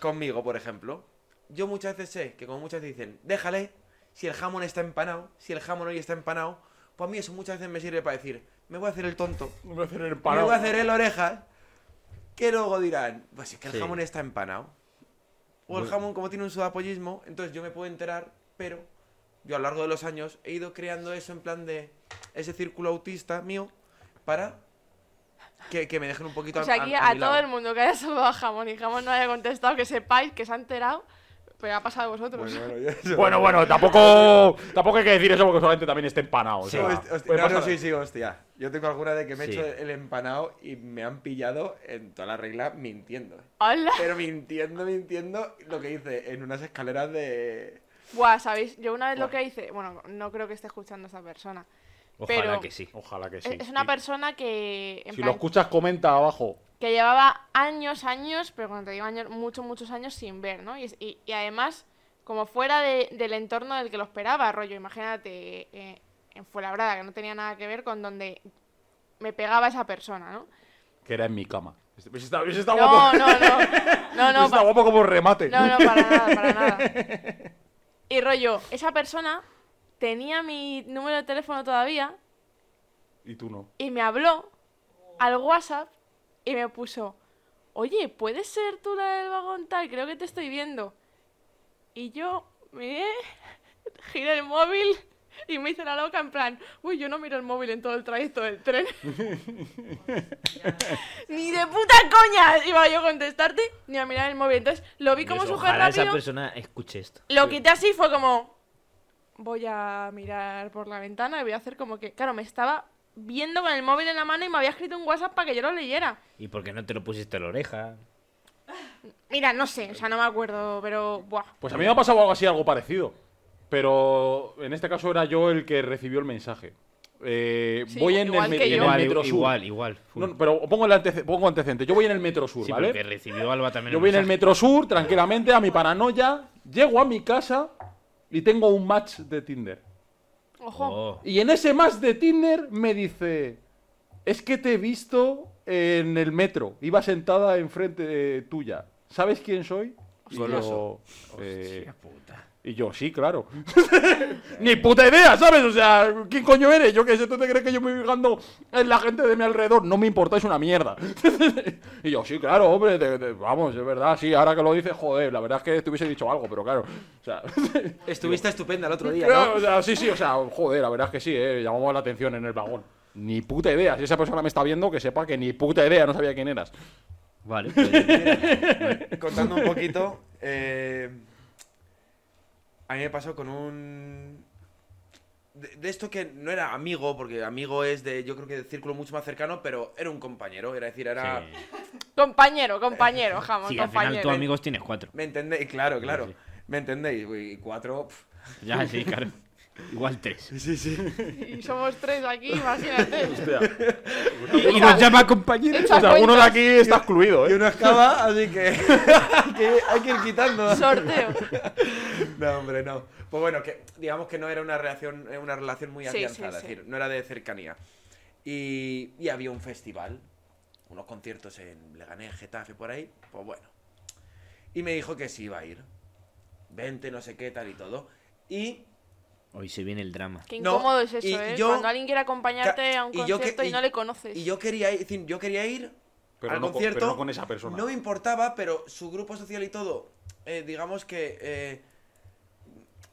Conmigo, por ejemplo. Yo muchas veces sé que como muchas veces dicen, déjale, si el jamón está empanado, si el jamón hoy está empanado, pues a mí eso muchas veces me sirve para decir, me voy a hacer el tonto, No me voy a hacer el me parado. voy a hacer el orejas, que luego dirán, pues es que el Sí. jamón está empanado. O el jamón, como tiene un sudapollismo, entonces yo me puedo enterar, pero yo a lo largo de los años he ido creando eso en plan de ese círculo autista mío para que, que me dejen un poquito O a- sea, a- aquí a a mi todo lado. el mundo que haya saludado a Jamón y Jamón no haya contestado, que sepáis que se ha enterado, pero ha pasado a vosotros. Bueno, bueno, ya- Bueno, bueno, tampoco, tampoco hay que decir eso porque solamente también esté empanado. o Sí, sea, pues hosti- hosti- puede no, no, pasar. sí, sí, hostia. Yo tengo alguna de que me he Sí. hecho el empanado y me han pillado en toda la regla mintiendo. ¡Hala! Pero mintiendo, mintiendo lo que hice en unas escaleras de. Buah, ¿sabéis? Yo una vez lo que hice, bueno, no creo que esté escuchando esta persona. Ojalá pero- que sí. Ojalá que Es- sí. Es una Sí. persona que, en Si plan, lo escuchas, comenta abajo. que llevaba años, años, pero cuando te digo años, muchos, muchos años sin ver, ¿no? Y, es- y- y además, como fuera de- del entorno del que lo esperaba, rollo, imagínate, eh, en Fuenlabrada, que no tenía nada que ver con donde me pegaba esa persona, ¿no? Que era en mi cama. Pues está, pues está No, guapo. no, no. No, Pues no, está pa- guapo como remate. no, no, para nada, para nada. Y rollo, esa persona tenía mi número de teléfono todavía Y tú no. y me habló al WhatsApp y me puso, oye, ¿puedes ser tú la del vagón tal? Creo que te estoy viendo. Y yo miré, giré el móvil y me hice la loca en plan, uy, yo no miro el móvil en todo el trayecto del tren. ni de puta coña iba yo a contestarte, ni a mirar el móvil. Entonces lo vi como Dios, súper ojalá rápido. esa persona escuche esto. Lo quité así y fue como. Voy a mirar por la ventana y voy a hacer como que. Claro, me estaba viendo con el móvil en la mano y me había escrito un WhatsApp para que yo lo leyera. ¿Y por qué no te lo pusiste en la oreja? Mira, no sé, o sea, no me acuerdo, pero. Buah. Pues a mí me ha pasado algo así, algo parecido. Pero en este caso era yo el que recibió el mensaje. Eh, Sí, voy en igual el, me- que en yo. el Igual, metro sur. igual, igual. full. No, no, pero pongo, el antece- pongo antecedente. Yo voy en el metro sur, sí, ¿vale? porque recibió Alba también. Yo voy en el metro sur, tranquilamente, a mi paranoia. Llego a mi casa y tengo un match de Tinder. Ojo. Oh. Y en ese match de Tinder me dice: Es que te he visto en el metro. Iba sentada enfrente de tuya. ¿Sabes quién soy? Y yo, eh, y yo, sí, claro. Ni puta idea, ¿sabes? O sea, ¿quién coño eres? Yo qué sé, ¿tú te crees que yo me voy fijando en la gente de mi alrededor? No me importáis una mierda. y yo, sí, claro, hombre, te- te- vamos, es verdad, sí, ahora que lo dices, joder, la verdad es que te hubiese dicho algo, pero claro. O sea, Estuviste estupenda el otro día, Claro, ¿no? o sea, sí, sí, o sea, joder, la verdad es que sí, eh, llamamos la atención en el vagón. Ni puta idea. Si esa persona me está viendo, que sepa que ni puta idea, no sabía quién eras. Vale, pues, Contando un poquito. eh, a mí me pasó con un. De, de esto que no era amigo, porque amigo es de, yo creo que de círculo mucho más cercano, pero era un compañero. Era decir, era. Compañero, compañero, jamón, sí, al final compañero. tú amigos tienes cuatro. ¿Me entendéis? Claro, claro. sí. ¿Me entendéis? Y cuatro. pf, Ya, sí, claro. Igual tres. Y somos tres aquí, imagínate. Y nos llama compañero. Echa O sea, alguno de cuentas. aquí está excluido, Y ¿eh? uno escapa, así que hay, que hay que ir quitando. Sorteo. No, hombre, no. Pues bueno, que digamos que no era una relación, eh, una relación muy Sí, sí, afianzada, sí. es decir, no era de cercanía. Y, y había un festival, unos conciertos en Leganés, Getafe, por ahí, pues bueno. Y me dijo que sí iba a ir. Vente, no sé qué, tal y todo. Y Hoy se viene el drama. Qué No, incómodo es eso, y ¿eh? yo- Cuando alguien quiere acompañarte Ca- a un y yo que- concierto y, y- no le conoces. Y yo quería ir, es decir, yo quería ir Pero al no con- concierto. pero no con esa persona. No me importaba, pero su grupo social y todo, eh, digamos que... eh,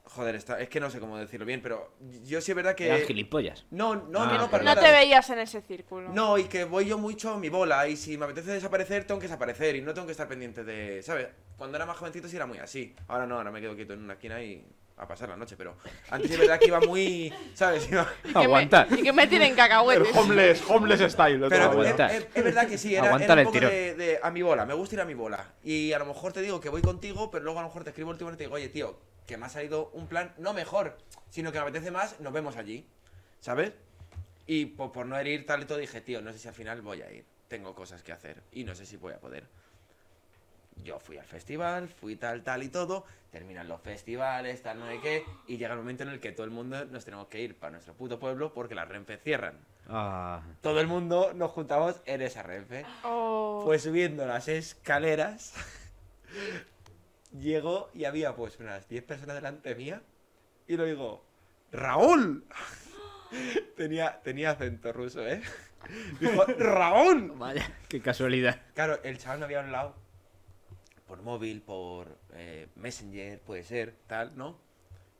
joder, está, es que no sé cómo decirlo bien, pero yo sí es verdad que... Eran gilipollas. No, no, Ah, no, no, para No nada. te veías en ese círculo. No, y que voy yo mucho a mi bola. Y si me apetece desaparecer, tengo que desaparecer. Y no tengo que estar pendiente de. ¿Sabes? Cuando era más jovencito sí era muy así. Ahora no, ahora me quedo quieto en una esquina y. a pasar la noche. Pero antes de verdad que iba muy. ¿Sabes? Iba- Y que me- Aguantar. y que me tienen El cacahuetes. homeless, homeless style. de toda Pero la es, vida. aguantar. es- es verdad que sí, era, Aguantar era un el poco tirón. de, de a mi bola. Me gusta ir a mi bola. Y a lo mejor te digo que voy contigo, pero luego a lo mejor te escribo últimamente y te digo, oye, tío, que me ha salido un plan no mejor, sino que me apetece más, nos vemos allí. ¿Sabes? Y po- por no herir tal y todo dije, tío, no sé si al final voy a ir. Tengo cosas que hacer y no sé si voy a poder. Yo fui al festival, fui tal, tal y todo. Terminan los festivales, tal, no sé qué. Y llega el momento en el que todo el mundo nos tenemos que ir para nuestro puto pueblo porque las renfe cierran Ah. todo el mundo nos juntamos en esa renfe. Oh. Pues subiendo las escaleras, llegó y había pues unas 10 personas delante mía. Y lo digo, Raúl. tenía, tenía acento ruso, ¿eh? Dijo, Raúl. Vaya, qué casualidad. Claro, el chaval me había hablado por móvil, por eh, Messenger, puede ser, tal, ¿no?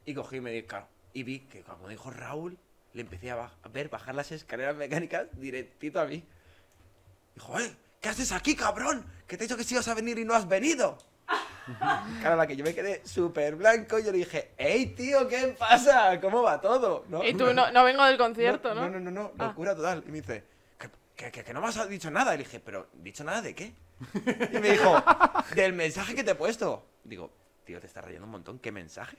Y cogí y me di, claro, y vi que como dijo Raúl, le empecé a, baj- a ver bajar las escaleras mecánicas directito a mí. Dijo, eh, ¿qué haces aquí, cabrón? Que te he dicho que sí ibas a venir y no has venido. Claro, la que yo me quedé súper blanco, yo le dije, hey, tío, ¿qué pasa? ¿Cómo va todo? ¿No? Y tú, no, no vengo del concierto, ¿no? No, no, no, no, Ah. locura total. Y me dice, que, que- que- que no me has dicho nada. Y le dije, pero ¿dicho nada de qué? Y me dijo, del mensaje que te he puesto. Digo, tío, te está rayando un montón, ¿qué mensaje?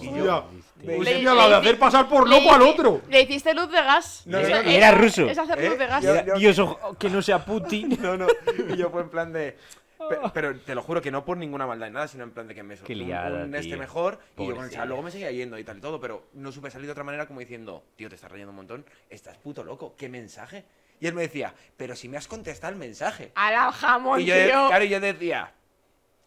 Y yo, me Pues Le- hice- mira, la de le- hacer pasar por Le loco al hici- otro. Le hiciste luz de gas. No, Eso- no, no. Y era eso ruso. Es hacer ¿Eh? luz de gas. Y era- Yo- Dios, ojo, que no sea Putin. no, no. Y yo fue en plan de. pe- Pero te lo juro que no por ninguna maldad ni nada, sino en plan de que me soltó Qué un- liada, un, este tío. mejor. Y yo con el Pobrecilla. chaval luego me seguía yendo y tal y todo, pero no supe salir de otra manera como diciendo, tío, te estás rayando un montón, estás puto loco, qué mensaje. Y él me decía, pero si me has contestado el mensaje. Al al jamón, Y yo, tío. claro, y yo decía,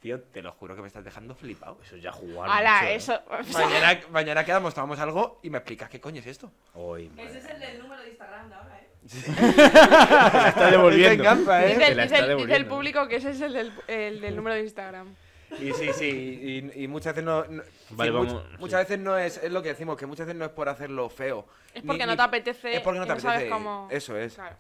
tío, te lo juro que me estás dejando flipado. Eso ya jugar. Ala, mucho, ¿eh? eso. Mañana, mañana quedamos, tomamos algo y me explicas qué coño es esto. Ay, madre. Ese es el del número de Instagram de ahora, ¿eh? Se está devolviendo. encanta, ¿eh? Dice, Te la el- dice está el- dice el devolviendo. público que ese es el del, el del número de Instagram. Y sí, sí, y, y muchas veces no. no- Vale, sí, vamos, much- sí. muchas veces no es, es lo que decimos, que muchas veces no es por hacerlo feo. Es Ni- porque ni- no te apetece. Es porque no y te sabes apetece. cómo- Eso es. Claro.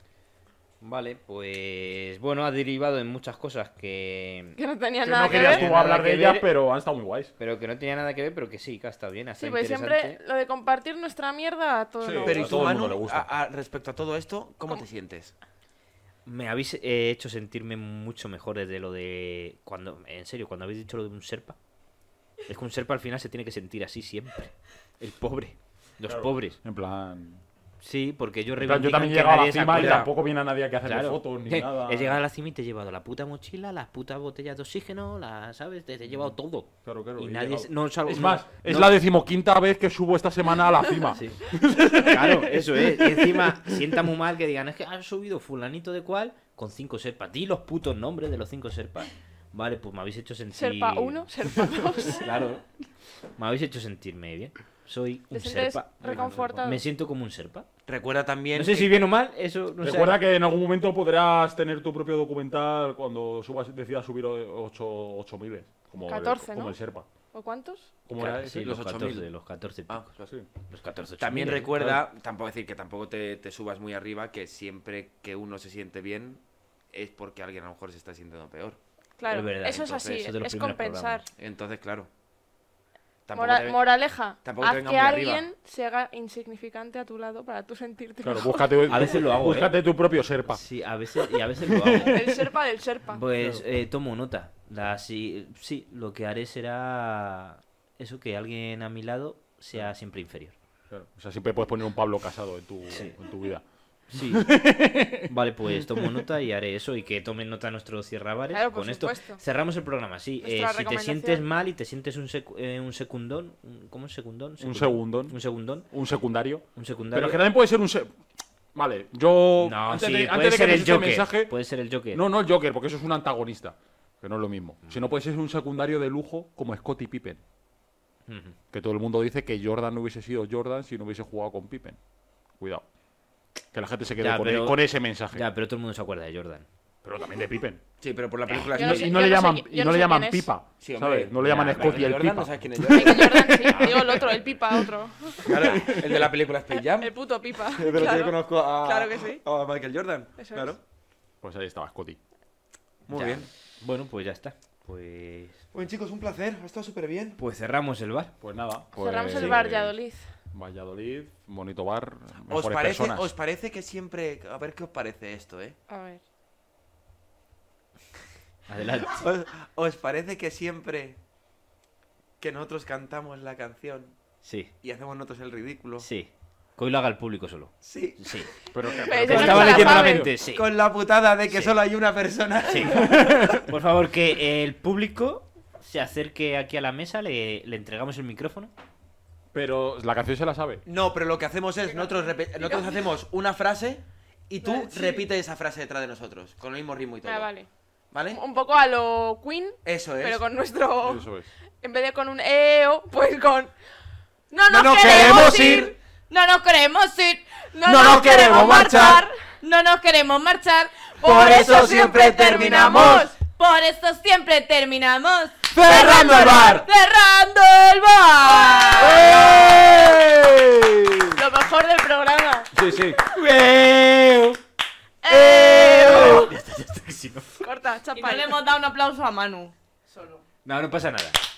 Vale, pues bueno, ha derivado en muchas cosas que Que no tenía Que nada no que querías ver. tú Nada hablar que de ellas, ver. pero han estado muy guays. pero que no tenía nada que ver, pero que sí, que está bien, Sí, hasta pues siempre lo de compartir nuestra mierda a todo Sí. lo- A Pero y tú, todo el mundo Manu, le gusta. a- a- respecto a todo esto, ¿cómo te sientes? Me habéis eh, hecho sentirme mucho mejor desde lo de cuando en serio, cuando habéis dicho lo de un serpa. Es que un serpa al final se tiene que sentir así siempre. El pobre, los Claro. pobres. En plan. Sí, porque yo en plan, yo reivindican también que llegaba a nadie la se cima y acuerda. tampoco viene a nadie que hacerle Claro. fotos ni nada. He llegado a la cima y te he llevado la puta mochila, las putas botellas de oxígeno, las, ¿sabes? Te, te he llevado todo. Claro, claro, Y he nadie... llegado. se- No, salgo- Es no, más, es no- la decimoquinta vez que subo esta semana a la cima. Sí. Claro, eso es. Y encima sienta muy mal que digan, es que han subido fulanito de cual con cinco serpas. Di los putos nombres de los cinco serpas. Vale, pues me habéis hecho sentir... Serpa 1, Serpa 2. Claro. Me habéis hecho sentirme bien. Soy un ¿Te sientes serpa. reconfortado? Me siento como un serpa. Recuerda también. No sé que- si bien o mal, eso no sé. Recuerda que en algún momento podrás tener tu propio documental cuando subas, decidas subir 8 miles. Como 14, el, como ¿no? el Sherpa. ¿O cuántos? Como Claro, era ese? sí, los los 8.000. 14, los 14 Ah, picos. Sí. Los 14 También 8.000, recuerda, tampoco decir que tampoco te, te subas muy arriba, que siempre que uno se siente bien es porque alguien a lo mejor se está sintiendo peor. Claro, Es verdad, eso es entonces, así, eso es de los es primeros compensar. Entonces, claro. Tampoco Mora- te ve- moraleja, tampoco te haz venga que muy arriba. alguien se haga insignificante a tu lado para tú sentirte Claro, mejor. búscate, A veces lo hago, ¿eh? búscate tu propio Sherpa. Sí, a veces, y a veces lo hago. El serpa del serpa. Pues eh, tomo nota. La, sí, sí, lo que haré será eso, que alguien a mi lado sea siempre inferior. Claro. O sea, siempre puedes poner un Pablo casado en tu, en tu vida. Sí. vale, pues tomo nota y haré eso y que tomen nota nuestros cierrabares. Claro, por Con esto supuesto. cerramos el programa, sí. Nuestra Eh, si te recomendación. sientes mal y te sientes un, secu- eh, un secundón, un- ¿cómo es secundón? Un segundón. Un segundón, Un secundario. un secundario. Pero que también puede ser un. se- Vale, yo. No, antes sí, de, antes puede de que ser des el este Joker. mensaje- Puede ser Mm. el Joker. No, no el Joker, porque eso es un antagonista. Que no es lo mismo. Si no puede ser un secundario de lujo como Scottie Pippen. Ujú. Que todo el mundo dice que Jordan no hubiese sido Jordan si no hubiese jugado con Pippen. Cuidado. Que la gente se quede Ya, con, e, pero- con ese mensaje. Ya, pero todo el mundo se acuerda de Jordan. Pero también de Pippen. Sí, pero por la película Y Yo no, no sí. sé- y no le yo no sé llaman, qui- y yo no no le sé llaman quién es. Pipa. Sí, hombre. ¿sabes? No le llaman Ya, Escocia el Jordan, no Pipa. sabes quién es Michael Jordan. Jordan, sí. Digo el otro, el pipa, otro. Claro, el de la película Space Jam. El puto pipa. Pero yo Eh, claro. conozco a, Claro que sí. a Michael Jordan. Eso claro. es. Pues ahí estaba Scotty. Muy Ya. bien. Bueno, pues ya está. Pues. Bueno, chicos, un placer. Ha estado súper bien. Pues cerramos el bar. Pues nada. Cerramos el pues- bar Valladolid. Valladolid, bonito bar, ¿Os mejores parece, personas. ¿Os parece que siempre... A ver qué os parece esto, ¿eh? A ver. Adelante. ¿Os, os parece que siempre que nosotros cantamos la canción Sí, y hacemos nosotros el ridículo? sí. Que hoy lo haga el público solo. Sí. Sí. Pero que- Pero pero- esa Estaba se la leyendo la sabe. mente, sí. Con la putada de que Sí. solo hay una persona. Sí. Por favor, que el público se acerque aquí a la mesa, le, le entregamos el micrófono. pero la canción se la sabe. No, pero lo que hacemos es, nosotros, repe- nosotros hacemos una frase y tú Vale, sí. repites esa frase detrás de nosotros, con el mismo ritmo y todo. Ah, vale. ¿Vale? Un poco a lo Queen, Eso es. pero con nuestro. Eso es. En vez de con un EO, pues con. No No nos, nos queremos, queremos ir. ir. No nos queremos ir. No, No nos queremos marchar. No nos queremos marchar. Por eso siempre terminamos. Por eso siempre terminamos. ¡Cerrando el bar! Cerrando el bar. ¡Eh! Lo mejor del programa. Sí, sí. ¡Eh! ¡Eo! Corta, chapa. Y no le hemos dado un aplauso a Manu. No, no pasa nada.